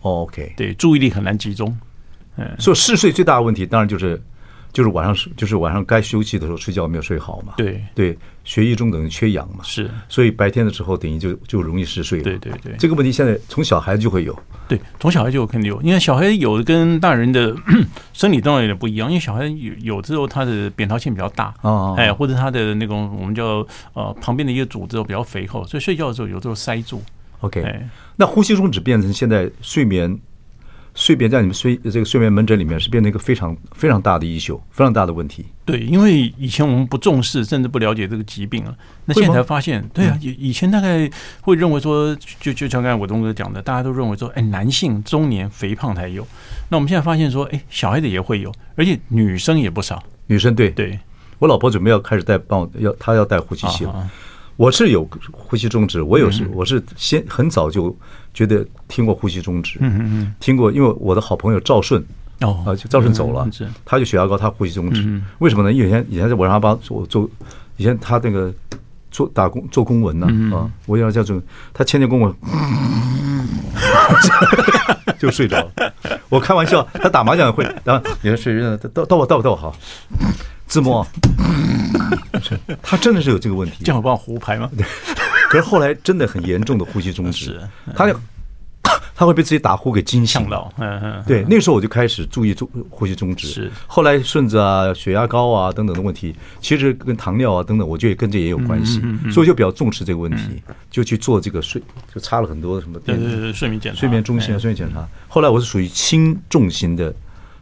[SPEAKER 1] 哦 OK，
[SPEAKER 3] 对，注意力很难集中。
[SPEAKER 1] 所以嗜睡最大的问题当然就是就是晚上睡就是晚上该休息的时候睡觉没有睡好嘛，
[SPEAKER 3] 对
[SPEAKER 1] 对，血液中等于缺氧嘛，
[SPEAKER 3] 是
[SPEAKER 1] 所以白天的时候等于就就容易嗜睡了，
[SPEAKER 3] 对对对
[SPEAKER 1] 这个问题现在从小孩子就会有，
[SPEAKER 3] 对，从小孩就有肯定有，因为小孩有的跟大人的 [CLEARS THROAT] 生理状况有点不一样，因为小孩有有的时候他的扁桃腺比较大，
[SPEAKER 1] 哦
[SPEAKER 3] 哎，或者他的那种我们叫呃旁边的一个组织比较肥厚，所以睡觉的时候有时候塞住，
[SPEAKER 1] ，OK，
[SPEAKER 3] 哎，
[SPEAKER 1] 那呼吸中止变成现在睡眠睡眠在你们睡这个睡眠门诊里面是变成一个非常非常大的一宿，非常大的问题。
[SPEAKER 3] 对，因为以前我们不重视，甚至不了解这个疾病啊。那现在才发现，对
[SPEAKER 1] 嗯
[SPEAKER 3] 啊，以以前大概会认为说，就就像刚才我东哥讲的，大家都认为说，哎，男性中年肥胖才有。那我们现在发现说，哎，小孩子也会有，而且女生也不少。
[SPEAKER 1] 女生对，
[SPEAKER 3] 对，
[SPEAKER 1] 我老婆准备要开始戴帮我要她要戴呼吸器了。
[SPEAKER 3] 啊嗯啊
[SPEAKER 1] 我是有呼吸中止，我有是、我是先很早就觉得听过呼吸中止，嗯嗯嗯，听过，因为我的好朋友赵顺。
[SPEAKER 3] 哦
[SPEAKER 1] 啊，就赵顺走了
[SPEAKER 3] 嗯是，
[SPEAKER 1] 他就血压高，他呼吸中止。为什么呢？因为以前以前在我让他帮我做，以前他那个做打工做公文呢
[SPEAKER 3] 嗯
[SPEAKER 1] 啊，我要叫做他签订公
[SPEAKER 3] [LAUGHS]
[SPEAKER 1] 文， [LAUGHS] 就睡着了。我开玩
[SPEAKER 3] [LAUGHS]
[SPEAKER 1] 笑，他打麻将也会，然后你说睡着，到到我到我到我好，自
[SPEAKER 3] [LAUGHS]
[SPEAKER 1] 摸，是他真的是有这个问题。
[SPEAKER 3] 这样有办法胡拍吗？
[SPEAKER 1] 可是后来真的很严重的呼吸中止
[SPEAKER 3] [LAUGHS] 是，
[SPEAKER 1] 他就 [COUGHS] 他会被自己打呼给惊醒
[SPEAKER 3] 呛。到，嗯嗯，
[SPEAKER 1] 对，那时候我就开始注意中呼吸中止，
[SPEAKER 3] 是
[SPEAKER 1] 后来顺子啊、血压高啊等等的问题，其实跟糖尿啊等等，我觉得也跟这也有关系，
[SPEAKER 3] 嗯
[SPEAKER 1] 所以我就比较重视这个问题，就去做这个睡，就擦了很多什么
[SPEAKER 3] 对
[SPEAKER 1] 电
[SPEAKER 3] 对对，睡眠检查，
[SPEAKER 1] 睡眠中心啊、
[SPEAKER 3] 哎
[SPEAKER 1] 睡眠检查。后来我是属于轻重型的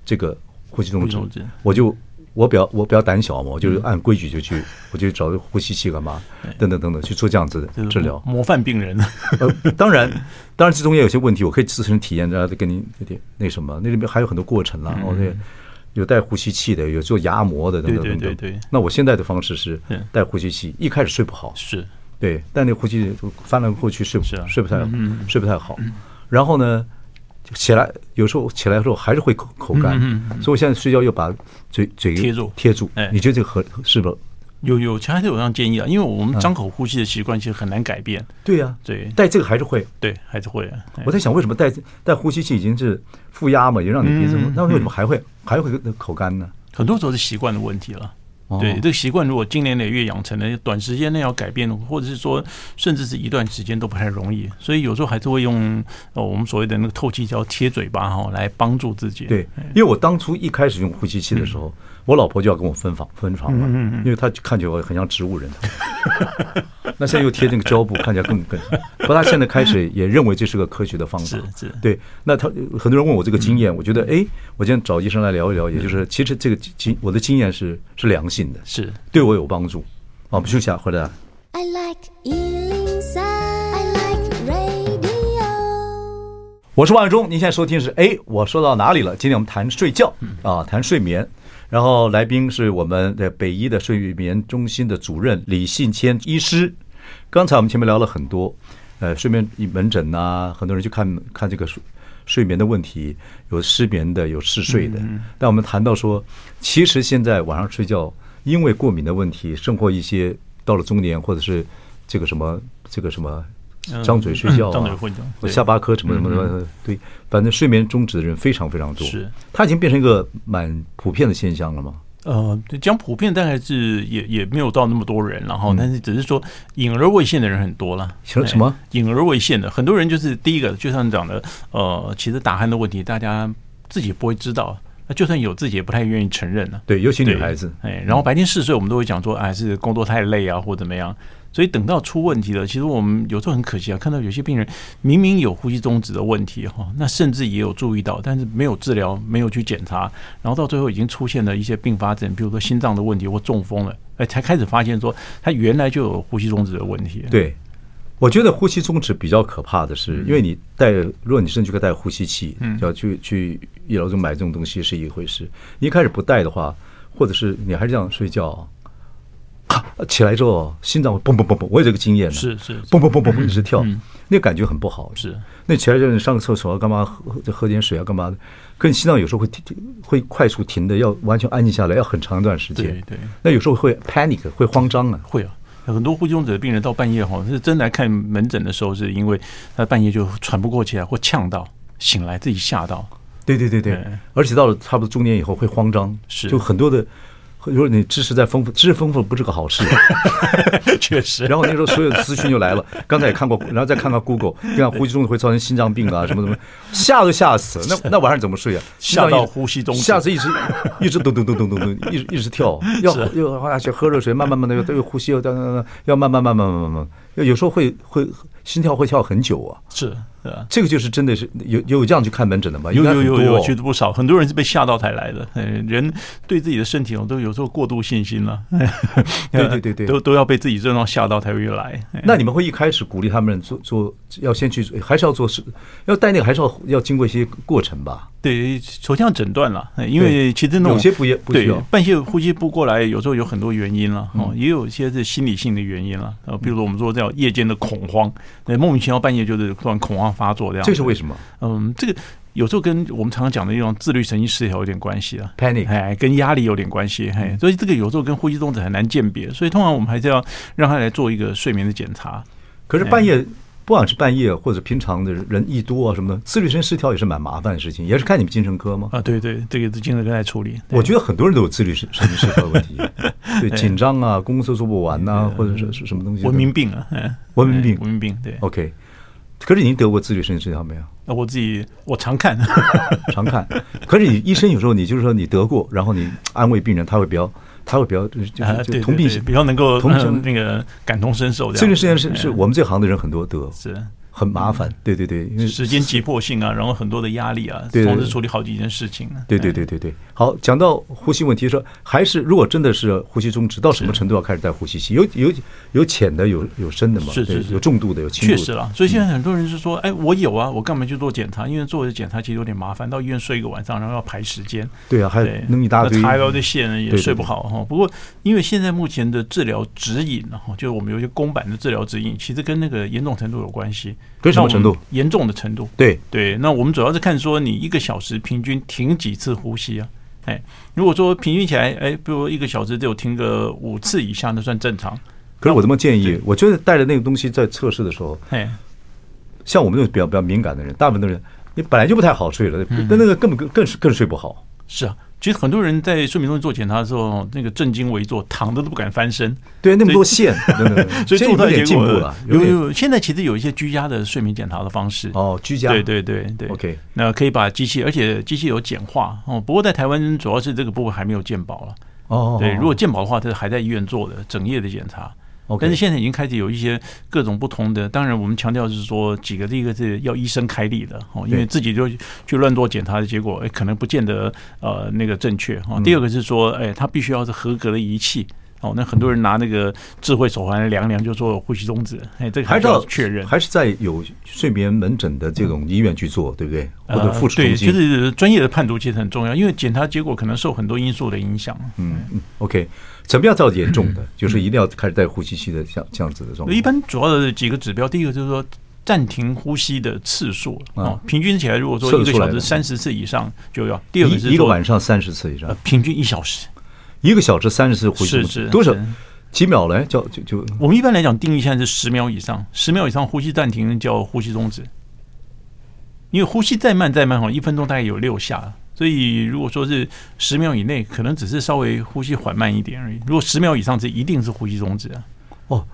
[SPEAKER 1] 这个呼吸中止
[SPEAKER 3] 呼吸中嗯止，
[SPEAKER 1] 我就我比较我比较胆小嘛，我就是按规矩就去，我就找呼吸器干嘛等等等等去做这样子
[SPEAKER 3] 这
[SPEAKER 1] 的
[SPEAKER 3] 是
[SPEAKER 1] 治疗。
[SPEAKER 3] 模范
[SPEAKER 1] [LAUGHS]
[SPEAKER 3] 病人，
[SPEAKER 1] 呃，当然， [LAUGHS] 当然这中间有些问题，我可以自身体验，然后再跟您那点那什么，那里面还有很多过程
[SPEAKER 3] 嗯
[SPEAKER 1] 啦。哦，对，有带呼吸器的，有做牙膜的，等等
[SPEAKER 3] 对
[SPEAKER 1] 等
[SPEAKER 3] 对
[SPEAKER 1] 等。
[SPEAKER 3] 对对
[SPEAKER 1] 那我现在的方式是
[SPEAKER 3] 嗯
[SPEAKER 1] 带呼吸器，一开始睡不好，
[SPEAKER 3] 是
[SPEAKER 1] 对，但那呼吸翻来覆去睡不
[SPEAKER 3] 是啊
[SPEAKER 1] 睡不太睡不太好。
[SPEAKER 3] 嗯
[SPEAKER 1] 然后呢，就起来有时候起来的时候还是会口口干，
[SPEAKER 3] 嗯
[SPEAKER 1] 所以我现在睡觉又把嘴嘴
[SPEAKER 3] 贴住
[SPEAKER 1] 贴住
[SPEAKER 3] 哎。
[SPEAKER 1] 你觉得这个合是不？
[SPEAKER 3] 有有，其实还是有这样建议啊，因为我们张口呼吸的习惯其实很难改变，
[SPEAKER 1] 对呀，
[SPEAKER 3] 对
[SPEAKER 1] 戴这个还是会。
[SPEAKER 3] 对，还是会啊。哎
[SPEAKER 1] 嗯我在想，为什么戴戴呼吸器已经是负压嘛，也让你鼻子，
[SPEAKER 3] 嗯
[SPEAKER 1] 那为什么还会还会口干呢？
[SPEAKER 3] 很多时候是习惯的问题了
[SPEAKER 1] 哦。
[SPEAKER 3] 对，这个习惯如果经年累月养成了，短时间内要改变，或者是说，甚至是一段时间都不太容易，所以有时候还是会用哦我们所谓的那个透气胶贴嘴巴哈、来帮助自己。
[SPEAKER 1] 对，因为我当初一开始用呼吸器的时候，
[SPEAKER 3] 嗯
[SPEAKER 1] 我老婆就要跟我分房分床了，因为她看起来我很像植物人。 [LAUGHS] 那现在又贴那个胶布，看起来更更。不过她现在开始也认为这是个科学的方法。
[SPEAKER 3] 是嗯是
[SPEAKER 1] 对，那她很多人问我这个经验，我觉得哎，我今天找医生来聊一聊，也
[SPEAKER 3] 嗯
[SPEAKER 1] 就是其实这个经我的经验是是良性的，
[SPEAKER 3] 是
[SPEAKER 1] 对我有帮助。好，我们休息一下，啊回来。
[SPEAKER 2] I like Ealing Sound. I like radio.
[SPEAKER 1] 我是万忠，您现在收听的是哎，我说到哪里了？今天我们谈睡觉
[SPEAKER 3] 嗯
[SPEAKER 1] 啊，谈睡眠。然后来宾是我们的北医的睡眠中心的主任李信谦医师。刚才我们前面聊了很多，呃，睡眠门诊呐、很多人去看看这个睡睡眠的问题，有失眠的，有嗜睡
[SPEAKER 3] 嗯
[SPEAKER 1] 的。但我们谈到说，其实现在晚上睡觉，因为过敏的问题，甚或一些到了中年或者是这个什么这个什么
[SPEAKER 3] 嗯
[SPEAKER 1] 张嘴睡觉、啊，
[SPEAKER 3] 张嘴混
[SPEAKER 1] 我
[SPEAKER 3] 淆，
[SPEAKER 1] 下巴科什么什么什么，对，反正睡眠终止的人非常非常多，
[SPEAKER 3] 嗯是，
[SPEAKER 1] 它已经变成一个蛮普遍的现象了嘛。
[SPEAKER 3] 呃，对讲普遍大概是也也没有到那么多人，然后但是只是说隐而未现的人很多了。
[SPEAKER 1] 嗯什
[SPEAKER 3] 哎
[SPEAKER 1] 什么
[SPEAKER 3] 隐而未现的？很多人就是第一个，就像你讲的，呃，其实打鼾的问题大家自己也不会知道，那就算有自己也不太愿意承认呢、
[SPEAKER 1] 对，尤其
[SPEAKER 3] 对
[SPEAKER 1] 女孩子，
[SPEAKER 3] 哎，然后白天嗜睡，我们都会讲说，哎，是工作太累啊，或怎么样。所以等到出问题了，其实我们有时候很可惜啊，看到有些病人明明有呼吸中止的问题哈，那甚至也有注意到，但是没有治疗，没有去检查，然后到最后已经出现了一些并发症，比如说心脏的问题或中风了，哎，才开始发现说他原来就有呼吸中止的问题。，
[SPEAKER 1] 对，我觉得呼吸终止比较可怕的
[SPEAKER 3] 嗯
[SPEAKER 1] 是，因为你带，如果你真去带呼吸器，要去去医疗中买这种东西是一回事，你一开始不带的话，或者是你还是这样睡觉，咔起来之后心脏会嘣嘣嘣嘣，我有这个经验呢，
[SPEAKER 3] 是是是
[SPEAKER 1] 嘣嘣嘣嘣嘣一直跳，那感觉很不好，
[SPEAKER 3] 嗯是
[SPEAKER 1] 那起来就是上个厕所啊，干嘛喝喝喝点水啊，干嘛的？可你心脏有时候会停停会快速停的，要完全安静下来，要很长一段时间。
[SPEAKER 3] 对对
[SPEAKER 1] 那有时候会 panic，会慌张啊。
[SPEAKER 3] 会啊。很多呼吸中止的病人到半夜哈，是真来看门诊的时候，是因为他半夜就喘不过气来或呛到，醒来自己吓到。 [LAUGHS]
[SPEAKER 1] 对对对对
[SPEAKER 3] 对，
[SPEAKER 1] 而且到了差不多中年以后会慌张，
[SPEAKER 3] 是
[SPEAKER 1] 就很多的。如果你知识再丰富，知识丰富不是个好
[SPEAKER 3] [LAUGHS]
[SPEAKER 1] 事。
[SPEAKER 3] 确实，
[SPEAKER 1] 然后那时候所有的资讯就来了，刚才也看过，然后再看看 Google，你看呼吸中止会造成心脏病啊，什么什么，吓都吓死。那那晚上怎么睡啊？
[SPEAKER 3] 吓
[SPEAKER 1] 心脏
[SPEAKER 3] 到
[SPEAKER 1] 一直
[SPEAKER 3] 呼吸中止
[SPEAKER 1] 吓死一直一直咚咚咚咚咚咚，一直一直跳，要
[SPEAKER 3] 是
[SPEAKER 1] 又喝下去喝热水，慢慢慢的又又呼吸，又当当当当，要慢慢慢慢慢慢慢，有时候会会心跳会跳很久啊。
[SPEAKER 3] 是对吧？
[SPEAKER 1] 这个就是真的是有有这样去看门诊的吗？应
[SPEAKER 3] 有
[SPEAKER 1] 该
[SPEAKER 3] 有
[SPEAKER 1] 很
[SPEAKER 3] 有
[SPEAKER 1] 多
[SPEAKER 3] 有，
[SPEAKER 1] 哦
[SPEAKER 3] 其实不少，很多人是被吓到才来的。呃人对自己的身体哦，都有时候过度信心了。
[SPEAKER 1] 对对对对
[SPEAKER 3] 都都要被自己症状吓到才会来。哎
[SPEAKER 1] 那你们会一开始鼓励他们做做，要先去，还是要做事，要带那个，还是要要经过一些过程吧？
[SPEAKER 3] 对，首先要诊断了，哎因为其实那种
[SPEAKER 1] 有些不也不需
[SPEAKER 3] 对
[SPEAKER 1] 要，
[SPEAKER 3] 半夜呼吸不过来，有时候有很多原因了，哦，也有一些是心理性的原因了，呃，比如说我们说叫夜间的恐慌，那莫名其妙半夜就是突然恐慌发作这样，
[SPEAKER 1] 这是为什么
[SPEAKER 3] 嗯，这个有时候跟我们常常讲的一种自律神经失调有点关系啊。
[SPEAKER 1] ？panic 嗯
[SPEAKER 3] 哎，跟压力有点关系，嘿，所以这个有时候跟呼吸中止很难鉴别，所以通常我们还是要让他来做一个睡眠的检查。
[SPEAKER 1] 可是半夜，不管是半夜或者平常的人一多啊什么的，自律神经失调也是蛮麻烦的事情，也是看你们精神科吗？
[SPEAKER 3] 啊，对对，这个是精神科在处理。对
[SPEAKER 1] 我觉得很多人都有自律神神经失调的问 [LAUGHS] 题，对紧张啊，工作做不完呐、或者是是什么东西的
[SPEAKER 3] 文明病啊，哎
[SPEAKER 1] 文明病哦
[SPEAKER 3] 哎文明病，对。
[SPEAKER 1] OK。可是您得过自律神经失调没有？
[SPEAKER 3] 那我自己我常看，
[SPEAKER 1] 常看。可是你医生有时候你就是说你得过，然后你安慰病人，他会比较，他会比较 [LAUGHS] 就是就
[SPEAKER 3] 啊
[SPEAKER 1] 是
[SPEAKER 3] [LAUGHS] 对，
[SPEAKER 1] 就同病
[SPEAKER 3] 对
[SPEAKER 1] 相
[SPEAKER 3] 对比较能够
[SPEAKER 1] 同情
[SPEAKER 3] 嗯那个感同身受这样子。
[SPEAKER 1] 这个事情是
[SPEAKER 3] 哎
[SPEAKER 1] 是我们这行的人很多得，
[SPEAKER 3] 是
[SPEAKER 1] 很麻烦。对对对，因为
[SPEAKER 3] 时间急迫性啊，然后很多的压力啊，
[SPEAKER 1] 对对
[SPEAKER 3] 同
[SPEAKER 1] 对
[SPEAKER 3] 时处理好几件事情啊。
[SPEAKER 1] 对对对对对。好，讲到呼吸问题说，还是如果真的是呼吸中止，到什么程度要开始戴呼吸器？有有有浅的，有有深的嘛？
[SPEAKER 3] 是是
[SPEAKER 1] 对
[SPEAKER 3] 是
[SPEAKER 1] 有重度的，有轻度
[SPEAKER 3] 确
[SPEAKER 1] 的。
[SPEAKER 3] 实啦，所以现
[SPEAKER 1] 嗯
[SPEAKER 3] 在很多人是说，哎，我有啊，我干嘛去做检查？因为做的检查其实有点麻烦，到医院睡一个晚上，然后要排时间，
[SPEAKER 1] 对啊，还有
[SPEAKER 3] 对，
[SPEAKER 1] 弄一大堆
[SPEAKER 3] 那。插一大堆线呢也
[SPEAKER 1] 对对
[SPEAKER 3] 睡不好啊哈。不过，因为现在目前的治疗指引呢，哈，就是我们有一些公版的治疗指引，其实跟那个严重程度有关系。
[SPEAKER 1] 跟什么程度？
[SPEAKER 3] 严重的程度。
[SPEAKER 1] 对，
[SPEAKER 3] 对，那我们主要是看说你一个小时平均停几次呼吸啊？哎，如果说平均起来，哎，比如一个小时只有停个五次以下，那算正常。
[SPEAKER 1] 可是我这么建议
[SPEAKER 3] 对，
[SPEAKER 1] 我觉得带着那个东西在测试的时候，
[SPEAKER 3] 哎，
[SPEAKER 1] 像我们这种比较比较敏感的人，大部分的人你本来就不太好睡了，
[SPEAKER 3] 嗯
[SPEAKER 1] 那那个根本更更更睡不好。
[SPEAKER 3] 是啊，其实很多人在睡眠中心做检查的时候，那个正襟危坐，躺着都不敢翻身。
[SPEAKER 1] 对，那么多线，等等
[SPEAKER 3] [LAUGHS] 所以
[SPEAKER 1] 现在有
[SPEAKER 3] 做出来
[SPEAKER 1] 点
[SPEAKER 3] 结
[SPEAKER 1] 进
[SPEAKER 3] 果
[SPEAKER 1] 步了，
[SPEAKER 3] 有
[SPEAKER 1] 点
[SPEAKER 3] 有有现在其实有一些居家的睡眠检查的方式。
[SPEAKER 1] 哦，居家
[SPEAKER 3] 对对对对
[SPEAKER 1] OK
[SPEAKER 3] 那可以把机器，而且机器有简化哦。不过在台湾主要是这个部分还没有健保了。
[SPEAKER 1] 哦，
[SPEAKER 3] 对，
[SPEAKER 1] 哦
[SPEAKER 3] 如果健保的话，它是还在医院做的整夜的检查。
[SPEAKER 1] OK
[SPEAKER 3] 但是现在已经开始有一些各种不同的，当然我们强调是说几个，第一个是要医生开立的哦，因为
[SPEAKER 1] 对
[SPEAKER 3] 自己就去乱做检查的结果，哎，可能不见得呃那个正确
[SPEAKER 1] 嗯
[SPEAKER 3] 哦。第二个是说，哎，它必须要是合格的仪器。哦，那很多人拿那个智慧手环来量量，就做呼吸中止，哎，这个
[SPEAKER 1] 还
[SPEAKER 3] 还
[SPEAKER 1] 是
[SPEAKER 3] 是
[SPEAKER 1] 要
[SPEAKER 3] 要确认。嗯
[SPEAKER 1] 还是在有睡眠门诊的这种医院去做，对不对？或者附属
[SPEAKER 3] 呃、对，
[SPEAKER 1] 中心。
[SPEAKER 3] 就是专业的判读其实很重要，因为检查结果可能受很多因素的影响。
[SPEAKER 1] 嗯嗯，OK，怎么样叫严重的？就是一定要开始带呼吸器的，像这样子的状况。
[SPEAKER 3] 嗯呃一般主要的几个指标，第一个就是说暂停呼吸的次数
[SPEAKER 1] 嗯
[SPEAKER 3] 哦，平均起来如果说
[SPEAKER 1] 测得
[SPEAKER 3] 一个
[SPEAKER 1] 出来
[SPEAKER 3] 小
[SPEAKER 1] 的
[SPEAKER 3] 时三十次以上就要。第二个是
[SPEAKER 1] 一一个
[SPEAKER 3] 说
[SPEAKER 1] 晚上三十次以上
[SPEAKER 3] 呃，平均一小时。
[SPEAKER 1] 一个小时三十次呼吸
[SPEAKER 3] 是
[SPEAKER 1] 吗，
[SPEAKER 3] 是
[SPEAKER 1] 多少
[SPEAKER 3] 是
[SPEAKER 1] 几秒来叫就就
[SPEAKER 3] 我们一般来讲定义现在是十秒以上，十秒以上呼吸暂停叫呼吸终止。因为呼吸再慢再慢哦哈，一分钟大概有六下，所以如果说是十秒以内，可能只是稍微呼吸缓慢一点而已。如果十秒以上，这一定是呼吸终止啊。
[SPEAKER 1] 哦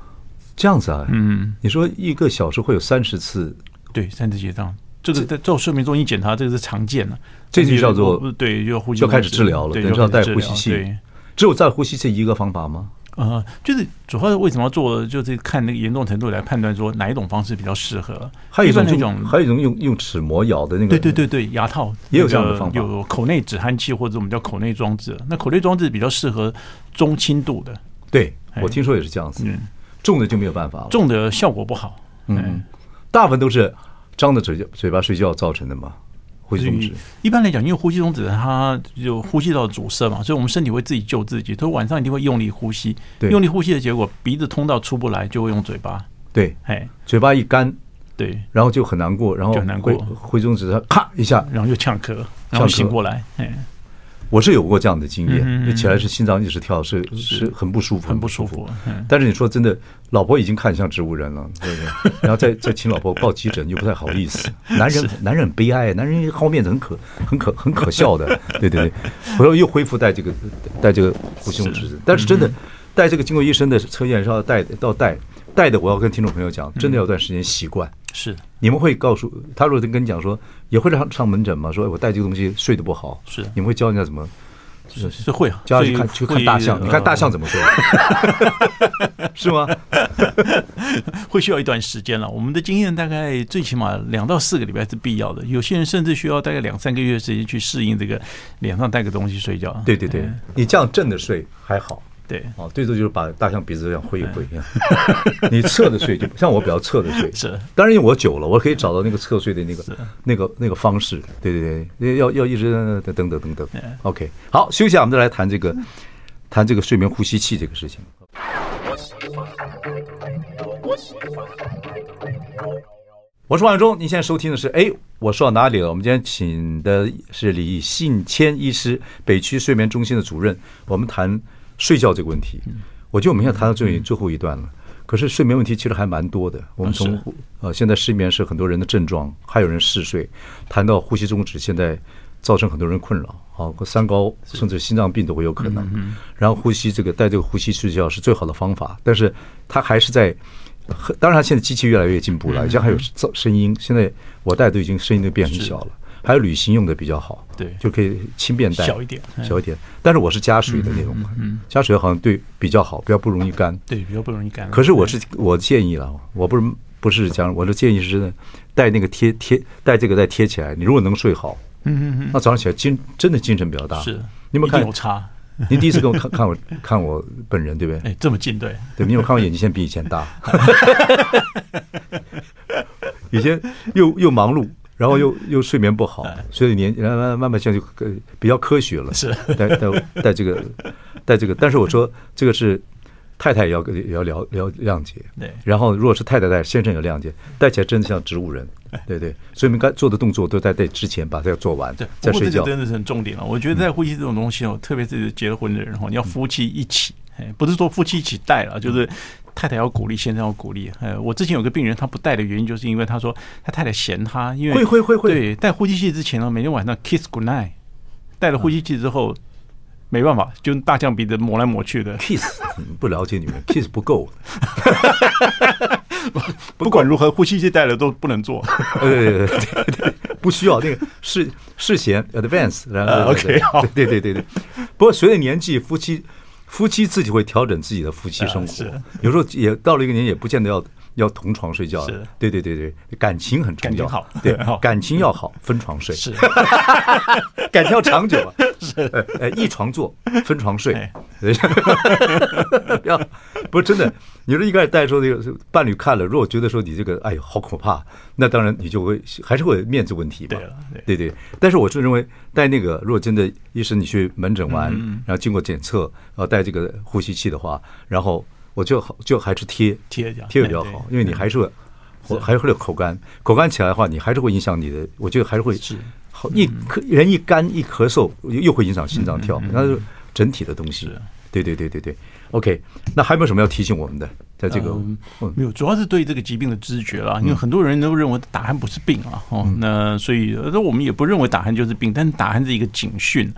[SPEAKER 1] 这样子啊？
[SPEAKER 3] 嗯，
[SPEAKER 1] 你说一个小时会有三十次，
[SPEAKER 3] 对，三次结账，这个在在睡眠中心检查，这个是常见的，
[SPEAKER 1] 这就叫做
[SPEAKER 3] 呃对，就呼吸
[SPEAKER 1] 就开始治疗了
[SPEAKER 3] 对
[SPEAKER 1] 等于
[SPEAKER 3] 就开
[SPEAKER 1] 要带
[SPEAKER 3] 始治
[SPEAKER 1] 呼
[SPEAKER 3] 疗
[SPEAKER 1] 吸器
[SPEAKER 3] 对，
[SPEAKER 1] 只有在呼吸器一个方法吗？
[SPEAKER 3] 呃，就是主要是为什么要做，就是看那个严重程度来判断说哪一种方式比较适合。
[SPEAKER 1] 还有一种
[SPEAKER 3] 那
[SPEAKER 1] 用，
[SPEAKER 3] 种，
[SPEAKER 1] 还有一种用用齿模咬的那个，
[SPEAKER 3] 对对对对，牙套
[SPEAKER 1] 也有
[SPEAKER 3] 那
[SPEAKER 1] 这样的
[SPEAKER 3] 个
[SPEAKER 1] 方法
[SPEAKER 3] 有口内止鼾器或者我们叫口内装置。那口内装置比较适合中轻度的，
[SPEAKER 1] 对，
[SPEAKER 3] 哎
[SPEAKER 1] 我听说也是这样子，重的就没有办法了。
[SPEAKER 3] 重的效果不好。嗯，
[SPEAKER 1] 大部分都是张着嘴嘴巴睡觉造成的嘛，呼吸
[SPEAKER 3] 所
[SPEAKER 1] 中
[SPEAKER 3] 以
[SPEAKER 1] 止。
[SPEAKER 3] 一般来讲，因为呼吸中止它有呼吸道阻塞嘛，所以我们身体会自己救自己，所以晚上一定会用力呼吸。
[SPEAKER 1] 对
[SPEAKER 3] 用力呼吸的结果，鼻子通道出不来，就会用嘴巴。
[SPEAKER 1] 对，
[SPEAKER 3] 哎，
[SPEAKER 1] 嘴巴一干，
[SPEAKER 3] 对，
[SPEAKER 1] 然后就很难过，然后
[SPEAKER 3] 就很难过
[SPEAKER 1] 挥挥中指，它咔一下。
[SPEAKER 3] 然后就呛咳，然后
[SPEAKER 1] 呛咳
[SPEAKER 3] 醒过来，哎，
[SPEAKER 1] 我是有过这样的经验，
[SPEAKER 3] 嗯嗯嗯
[SPEAKER 1] 一起来是心脏一直跳，是是很不舒服，
[SPEAKER 3] 很不舒服。嗯，
[SPEAKER 1] 但是你说真的，老婆已经看像植物人了， [LAUGHS] 对不对？然后再再请老婆报急诊又不太好意
[SPEAKER 3] [LAUGHS]
[SPEAKER 1] 思，男人男人很悲哀，男人好面子很可很可很可笑的，对对对。回头又恢复带这个带这个护胸指但是
[SPEAKER 3] 嗯
[SPEAKER 1] 真的带这个经过医生的测验是要带要带带的，我要跟听众朋友讲，
[SPEAKER 3] 嗯
[SPEAKER 1] 真的要段时间习惯。
[SPEAKER 3] 是
[SPEAKER 1] 你们会告诉他，如果跟你讲说，也会让上门诊嘛，说哎我带这个东西睡得不好，
[SPEAKER 3] 是
[SPEAKER 1] 你们会教人家怎么
[SPEAKER 3] 是是会啊，
[SPEAKER 1] 就要去
[SPEAKER 3] 所以
[SPEAKER 1] 看去看
[SPEAKER 3] 会
[SPEAKER 1] 大象，你看大象
[SPEAKER 3] 呃
[SPEAKER 1] 怎么做， [LAUGHS] 是吗？
[SPEAKER 3] 会需要一段时间了。我们的经验大概最起码两到四个礼拜是必要的，有些人甚至需要大概两三个月的时间去适应这个脸上带个东西睡觉。
[SPEAKER 1] 对对对，你这样正着睡还好，
[SPEAKER 3] 对，
[SPEAKER 1] 哦，最多就是把大象鼻子这样挥一挥，你侧着睡就像我比较侧着睡，
[SPEAKER 3] 是，
[SPEAKER 1] 当然因为我久了，我可以找到那个侧睡的那个那个那个方式，对对对，要要一直等等等等
[SPEAKER 3] 嗯
[SPEAKER 1] ，OK，好，休息一下，我们再来谈这个谈这个睡眠呼吸器这个事情。我是王永忠，您现在收听的是哎，我说到哪里了？我们今天请的是李信谦医师，北区睡眠中心的主任。我们谈睡觉这个问题，我觉得我们现在谈到最最后一段了。可是睡眠问题其实还蛮多的。我们从
[SPEAKER 3] 是
[SPEAKER 1] 呃，现在失眠是很多人的症状，还有人嗜睡，谈到呼吸中止，现在造成很多人困扰啊，三高甚至心脏病都会有可能。然后呼吸这个带这个呼吸睡觉是最好的方法，但是它还是在很当然，它现在机器越来越进步
[SPEAKER 3] 嗯
[SPEAKER 1] 了，以前还有噪声音，现在我戴都已经声音都变很小了。还有旅行用的比较好，
[SPEAKER 3] 对
[SPEAKER 1] 就可以轻便带，
[SPEAKER 3] 小一点哎
[SPEAKER 1] 小一点。但是我是加水的那种，加水好像对比较好，比较不容易干。
[SPEAKER 3] 嗯对，比较不容易感染。
[SPEAKER 1] 可是我是我建议了，我不是不是讲，我的建议是呢，带那个贴贴带这个再贴起来。你如果能睡好，嗯嗯嗯，那早上起来精真的精神比较大。
[SPEAKER 3] 是，
[SPEAKER 1] 啊你有没有
[SPEAKER 3] 一定
[SPEAKER 1] 看
[SPEAKER 3] 有？差？
[SPEAKER 1] 您第一次跟我看看我看我本人对不对？
[SPEAKER 3] 哎，这么近对，
[SPEAKER 1] 对，你有没有看我眼睛现在比以前
[SPEAKER 3] [LAUGHS]
[SPEAKER 1] 大？以前又又忙碌，然后又又睡眠不好，所以年慢慢慢慢现在就呃比较科学了。
[SPEAKER 3] 哎是
[SPEAKER 1] 带带
[SPEAKER 3] [LAUGHS]
[SPEAKER 1] 带这个带这个，但是我说这个是太太也要也要了了谅解。
[SPEAKER 3] 对
[SPEAKER 1] 然后如果是太太带，先生有谅解，带起来真的像植物人。
[SPEAKER 3] 哎
[SPEAKER 1] 对对，所以我们该做的动作都在在之前把它要做完
[SPEAKER 3] 对，，
[SPEAKER 1] 再
[SPEAKER 3] 不过
[SPEAKER 1] 睡
[SPEAKER 3] 这
[SPEAKER 1] 觉
[SPEAKER 3] 个。真的是很重点了。我觉得在呼吸这种东西哦，特别是结了婚的人哦，你要夫妻一起，哎，不是说夫妻一起带了，就是太太要鼓励，先生要鼓励。呃，我之前有个病人，他不带的原因就是因为他说他太太嫌他，因为
[SPEAKER 1] 会会会会
[SPEAKER 3] 对，带呼吸器之前呢，每天晚上 kiss good night，带了呼吸器之后。没办法，就大象鼻子抹来抹去的，
[SPEAKER 1] Kiss 嗯不了解女人，Kiss 不够。
[SPEAKER 3] 不管如何，呼吸器带了都不能 [LAUGHS] 做。
[SPEAKER 1] 呃， [LAUGHS] 对对对对，不需要那个事事前 advance，然
[SPEAKER 3] 呃
[SPEAKER 1] 后对
[SPEAKER 3] OK，好
[SPEAKER 1] 对对对对。不过随着年纪，夫妻夫妻自己会调整自己的夫妻生活
[SPEAKER 3] 啊是，
[SPEAKER 1] 有时候也到了一个年纪，也不见得要要同床睡觉了
[SPEAKER 3] 是。
[SPEAKER 1] 对对对对，感情很重
[SPEAKER 3] 感
[SPEAKER 1] 要，
[SPEAKER 3] 情好
[SPEAKER 1] 对
[SPEAKER 3] [LAUGHS] 好，
[SPEAKER 1] 感情要好，分床睡
[SPEAKER 3] 是，
[SPEAKER 1] [LAUGHS] 感情要长久
[SPEAKER 3] [LAUGHS]
[SPEAKER 1] 啊，是，呃呃，一床坐，分床睡
[SPEAKER 3] 哎，
[SPEAKER 1] 不要， [LAUGHS] 不是真的。你说一开始带说这个伴侣看了，如果觉得说你这个，哎呦，好可怕，那当然你就会还是会有面子问题嘛。
[SPEAKER 3] 对了
[SPEAKER 1] 对对但是我就认为带那个，如果真的医生你去门诊完，
[SPEAKER 3] 嗯
[SPEAKER 1] 然后经过检测，然后带这个呼吸器的话，然后我就好就还是贴
[SPEAKER 3] 贴着
[SPEAKER 1] 贴比较
[SPEAKER 3] 哎
[SPEAKER 1] 好，
[SPEAKER 3] 对
[SPEAKER 1] 因为你还是会我还是会有口干，口干起来的话，你还是会影响你的，我觉得还是会
[SPEAKER 3] 是
[SPEAKER 1] 好一咳人一干一咳嗽，又又会影响心
[SPEAKER 3] 嗯
[SPEAKER 1] 脏跳，那是整体的东西。对对对对对，OK，那还有没有什么要提醒我们的？在这个
[SPEAKER 3] 嗯
[SPEAKER 1] 嗯
[SPEAKER 3] 没有，主要是对这个疾病的知觉啦，因为很多人都认为打鼾不是病啊，哦，
[SPEAKER 1] 嗯
[SPEAKER 3] 那所以呃那我们也不认为打鼾就是病，但是打鼾是一个警讯。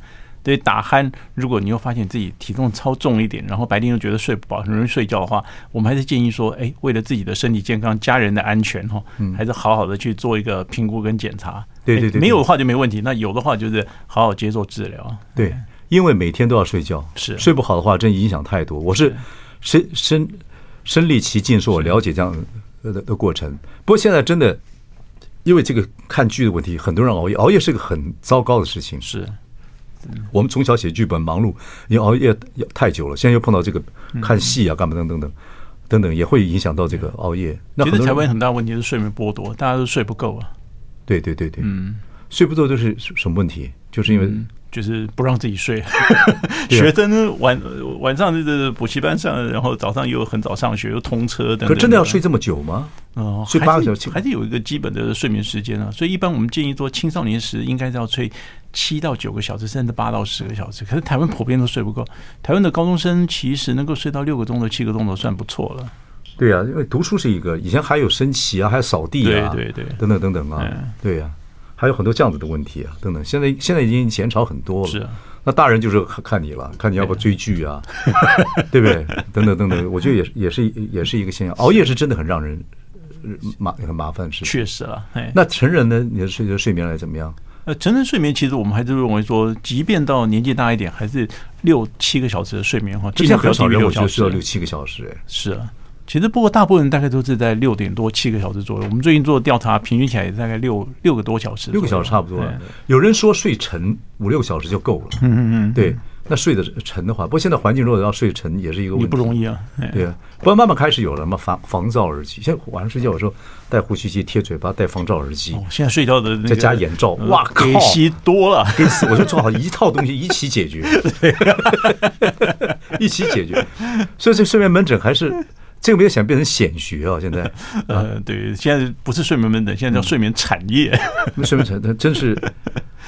[SPEAKER 3] 对打鼾，如果你又发现自己体重超重一点，然后白天又觉得睡不饱，很容易睡觉的话，我们还是建议说，哎，为了自己的身体健康、家人的安全哈，还是好好的去做一个评估跟检查。
[SPEAKER 1] 嗯对
[SPEAKER 3] 哎
[SPEAKER 1] 对对
[SPEAKER 3] 没有
[SPEAKER 1] 对
[SPEAKER 3] 的话就没问题，那有的话就是好好接受治疗。
[SPEAKER 1] 对，因为每天都要睡觉，
[SPEAKER 3] 是
[SPEAKER 1] 睡不好的话，真影响太多。我是身身身历其境，是我了解这样的的的过程。不过现在真的，因为这个看剧的问题，很多人熬夜，熬夜是个很糟糕的事情。
[SPEAKER 3] 是，
[SPEAKER 1] 我们从小写剧本忙碌，你熬夜要太久了，现在又碰到这个看戏啊，干嘛等等等等等，也会影响到这个熬夜。那
[SPEAKER 3] 其
[SPEAKER 1] 很
[SPEAKER 3] 实
[SPEAKER 1] 多
[SPEAKER 3] 台湾
[SPEAKER 1] 人
[SPEAKER 3] 很大问题是睡眠剥夺，大家都睡不够啊，
[SPEAKER 1] 对对对对，嗯，睡不着就是什么问题？就是因为
[SPEAKER 3] 就是不让自
[SPEAKER 1] [LAUGHS]
[SPEAKER 3] 己睡。
[SPEAKER 1] 啊
[SPEAKER 3] 学生晚晚上就是补习班上，然后早上又很早上学，又通车等等。
[SPEAKER 1] 可真的要睡这么久吗？
[SPEAKER 3] 哦，
[SPEAKER 1] 睡
[SPEAKER 3] 还
[SPEAKER 1] 八个
[SPEAKER 3] 是
[SPEAKER 1] 小时
[SPEAKER 3] 还是有一个基本的睡眠时间啊。所以一般我们建议说，青少年时应该是要睡七到九个小时，甚至八到十个小时。可是台湾普遍都睡不够，台湾的高中生其实能够睡到六个钟头、七个钟头算不错了。
[SPEAKER 1] 对啊，因为读书是一个，以前还有升旗啊，还有扫地啊，
[SPEAKER 3] 对对对
[SPEAKER 1] 等等等等啊
[SPEAKER 3] 嗯，
[SPEAKER 1] 对呀、还有很多这样子的问题啊，等等。现在现在已经减少很多了。
[SPEAKER 3] 是啊
[SPEAKER 1] 那大人就是看看你了，看你要不要追剧啊， [LAUGHS]
[SPEAKER 3] [LAUGHS]
[SPEAKER 1] 对不对？等等等等，我觉得也是也是也是一个现象。熬夜是真的很让人呃麻很麻烦的事情。
[SPEAKER 3] 确实了，哎，
[SPEAKER 1] 那成人呢？你的睡的睡眠来怎么样？
[SPEAKER 3] 呃，成人睡眠其实我们还是认为说，即便到年纪大一点，还是六七个小时的睡眠哈，
[SPEAKER 1] 这
[SPEAKER 3] 尽
[SPEAKER 1] 些
[SPEAKER 3] 量不
[SPEAKER 1] 很
[SPEAKER 3] 要
[SPEAKER 1] 少
[SPEAKER 3] 低于
[SPEAKER 1] 人
[SPEAKER 3] 六
[SPEAKER 1] 我觉
[SPEAKER 3] 小
[SPEAKER 1] 得睡到
[SPEAKER 3] 时
[SPEAKER 1] 六。七个小时，哎
[SPEAKER 3] 是啊，其实不过大部分人大概都是在六点多七个小时左右。我们最近做的调查，平均起来也大概六六个多小时左右，
[SPEAKER 1] 六个小时差不多
[SPEAKER 3] 对
[SPEAKER 1] 了。有人说睡沉五六个小时就够了，嗯嗯，对。那睡得沉的话，不过现在环境如果要睡沉也是一个问
[SPEAKER 3] 也
[SPEAKER 1] 题，
[SPEAKER 3] 不容易啊。哎
[SPEAKER 1] 对啊，不过慢慢开始有了嘛，防防噪耳机。现在晚上睡觉有时候戴呼吸机贴嘴巴，戴防噪耳机
[SPEAKER 3] 哦，现在睡觉的那个
[SPEAKER 1] 再加眼罩
[SPEAKER 3] 呃
[SPEAKER 1] 哇靠
[SPEAKER 3] 给吸
[SPEAKER 1] [LAUGHS]
[SPEAKER 3] 多了。
[SPEAKER 1] 给死！我就做好一套东西一起解
[SPEAKER 3] [LAUGHS]
[SPEAKER 1] 决， [LAUGHS] 一起解决。所以这睡眠门诊还是这个没有想变成显学啊！现在
[SPEAKER 3] 呃，对，现在不是睡眠门诊，现在
[SPEAKER 1] 嗯
[SPEAKER 3] 叫睡眠产业。 [LAUGHS]
[SPEAKER 1] 睡眠诊它真是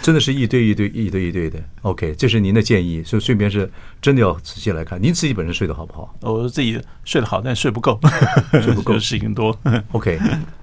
[SPEAKER 1] 真的是一对一对一对一对的。OK，这是您的建议，所以睡眠是真的要仔细来看。您自己本身睡得好不好
[SPEAKER 3] 我哦自己睡得好，但睡不够，睡 [LAUGHS]
[SPEAKER 1] 不够
[SPEAKER 3] 事
[SPEAKER 1] [LAUGHS]
[SPEAKER 3] 情多。
[SPEAKER 1] ？OK，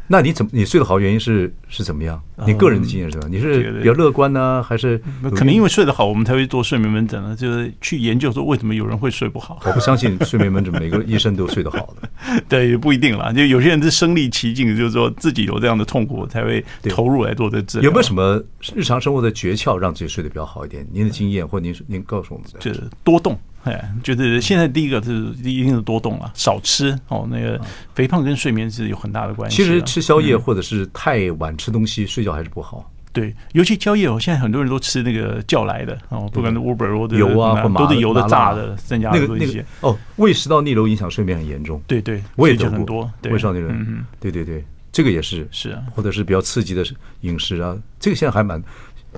[SPEAKER 1] 那你怎么你睡得好原因是是怎么样？你个人的经验是吧？你
[SPEAKER 3] 这
[SPEAKER 1] 是
[SPEAKER 3] 个
[SPEAKER 1] 比较乐观呢，还是
[SPEAKER 3] 那可能因为睡得好，我们才会做睡眠门诊呢，就是去研究说为什么有人会睡
[SPEAKER 1] [LAUGHS]
[SPEAKER 3] 不好。
[SPEAKER 1] 我不相信睡眠门诊 [LAUGHS] 每个医生都睡得好的。
[SPEAKER 3] [LAUGHS] 对，也不一定啦，就有些人是身临其境，就是说自己有这样的痛苦才会
[SPEAKER 1] 对
[SPEAKER 3] 投入来做这治疗。
[SPEAKER 1] 有没有什么日常生活的诀窍让自己睡得比较好一点？您的经验或您您告诉我们的。
[SPEAKER 3] 就是多动。哎，就是现在第一个是一定是多动了，少吃哦。那个肥胖跟睡眠是有很大的关系
[SPEAKER 1] 啊其
[SPEAKER 3] 啊。
[SPEAKER 1] 实吃宵夜或者是太晚吃东西，睡觉还是不好。
[SPEAKER 3] 对，尤其宵夜哦，现在很多人都吃那个叫来的哦，不管是 Uber 或者
[SPEAKER 1] 嗯
[SPEAKER 3] 是
[SPEAKER 1] 油啊
[SPEAKER 3] 哪
[SPEAKER 1] 或麻
[SPEAKER 3] 都是油的、
[SPEAKER 1] 麻辣
[SPEAKER 3] 炸的、增加
[SPEAKER 1] 那
[SPEAKER 3] 的
[SPEAKER 1] 个
[SPEAKER 3] 东
[SPEAKER 1] 那
[SPEAKER 3] 西
[SPEAKER 1] 个。哦，胃食道逆流影响睡眠很严重。，
[SPEAKER 3] 对对，
[SPEAKER 1] 我也
[SPEAKER 3] 所以
[SPEAKER 1] 得
[SPEAKER 3] 就
[SPEAKER 1] 过
[SPEAKER 3] 很多。对
[SPEAKER 1] 胃食道逆流
[SPEAKER 3] 嗯嗯，，
[SPEAKER 1] 对对对，这个也是
[SPEAKER 3] 是啊
[SPEAKER 1] 或者是比较刺激的饮食啊，这个现在还蛮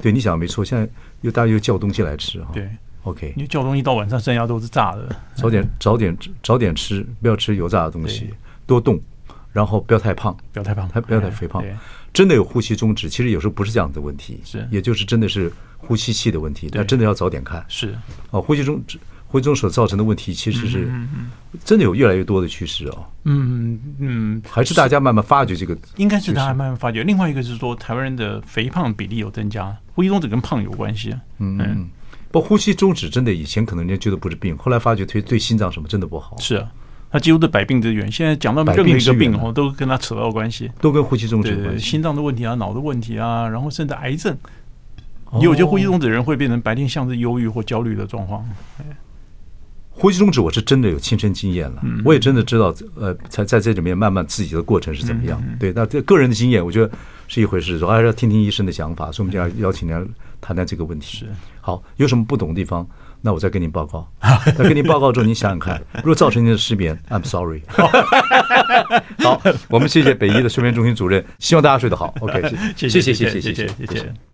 [SPEAKER 1] 对。你想没错，现在又大家又叫东西来吃哈。
[SPEAKER 3] 对，
[SPEAKER 1] ，OK，
[SPEAKER 3] 因为叫东西到晚上，剩下都是炸的。
[SPEAKER 1] 早点早点早点吃，不要吃油炸的东西
[SPEAKER 3] 对，
[SPEAKER 1] 多动，然后不要太胖。
[SPEAKER 3] 不要太胖，哎
[SPEAKER 1] 他不要太肥胖
[SPEAKER 3] 对，
[SPEAKER 1] 真的有呼吸中止，其实有时候不是这样的问题，
[SPEAKER 3] 是
[SPEAKER 1] 也就是真的是呼吸器的问题，
[SPEAKER 3] 对
[SPEAKER 1] 那真的要早点看
[SPEAKER 3] 是，
[SPEAKER 1] 啊。呼吸中止，呼吸中所造成的问题，其实是真的有越来越多的趋势哦，
[SPEAKER 3] 嗯嗯，
[SPEAKER 1] 还是大家慢慢发掘这个
[SPEAKER 3] 应该是大家慢慢发觉。另外一个是说，台湾人的肥胖比例有增加，无意中只跟胖有关系。嗯，
[SPEAKER 1] 不呼吸中止，真的以前可能人家觉得不是病，后来发觉对对心脏什么真的不好，
[SPEAKER 3] 是啊，他几乎是百病之源。现在讲到
[SPEAKER 1] 百
[SPEAKER 3] 任何
[SPEAKER 1] 病
[SPEAKER 3] 一
[SPEAKER 1] 之
[SPEAKER 3] 个病
[SPEAKER 1] 源
[SPEAKER 3] 哦，都跟他扯到关系。
[SPEAKER 1] 都跟呼吸中止
[SPEAKER 3] 对
[SPEAKER 1] 有
[SPEAKER 3] 对，
[SPEAKER 1] 关
[SPEAKER 3] 对
[SPEAKER 1] 系。
[SPEAKER 3] 心脏的问题啊，脑的问题啊，然后甚至癌症。
[SPEAKER 1] 哦
[SPEAKER 3] 也有些呼吸中止的人会变成白天像是忧郁或焦虑的状况，
[SPEAKER 1] 呼吸中止，我是真的有亲身经验了，
[SPEAKER 3] 嗯
[SPEAKER 1] 我也真的知道，呃，在在这里面慢慢自己的过程是怎么样。
[SPEAKER 3] 嗯
[SPEAKER 1] 对，那这个人的经验，我觉得是一回事，主要还是要听听医生的想法，所以我们就要邀请您来谈谈这个问题。
[SPEAKER 3] 是
[SPEAKER 1] 好，有什么不懂的地方，那我再跟您报
[SPEAKER 3] [LAUGHS]
[SPEAKER 1] 告。那跟您报告之后，您想想看，如果造成您的失眠，I'm
[SPEAKER 3] [LAUGHS]
[SPEAKER 1] sorry。好，我们谢谢北医的睡眠中心主任，希望大家睡得好。OK，
[SPEAKER 3] 谢
[SPEAKER 1] 谢
[SPEAKER 3] [LAUGHS]
[SPEAKER 1] 谢
[SPEAKER 3] 谢谢
[SPEAKER 1] 谢
[SPEAKER 3] 谢
[SPEAKER 1] 谢
[SPEAKER 3] 谢谢。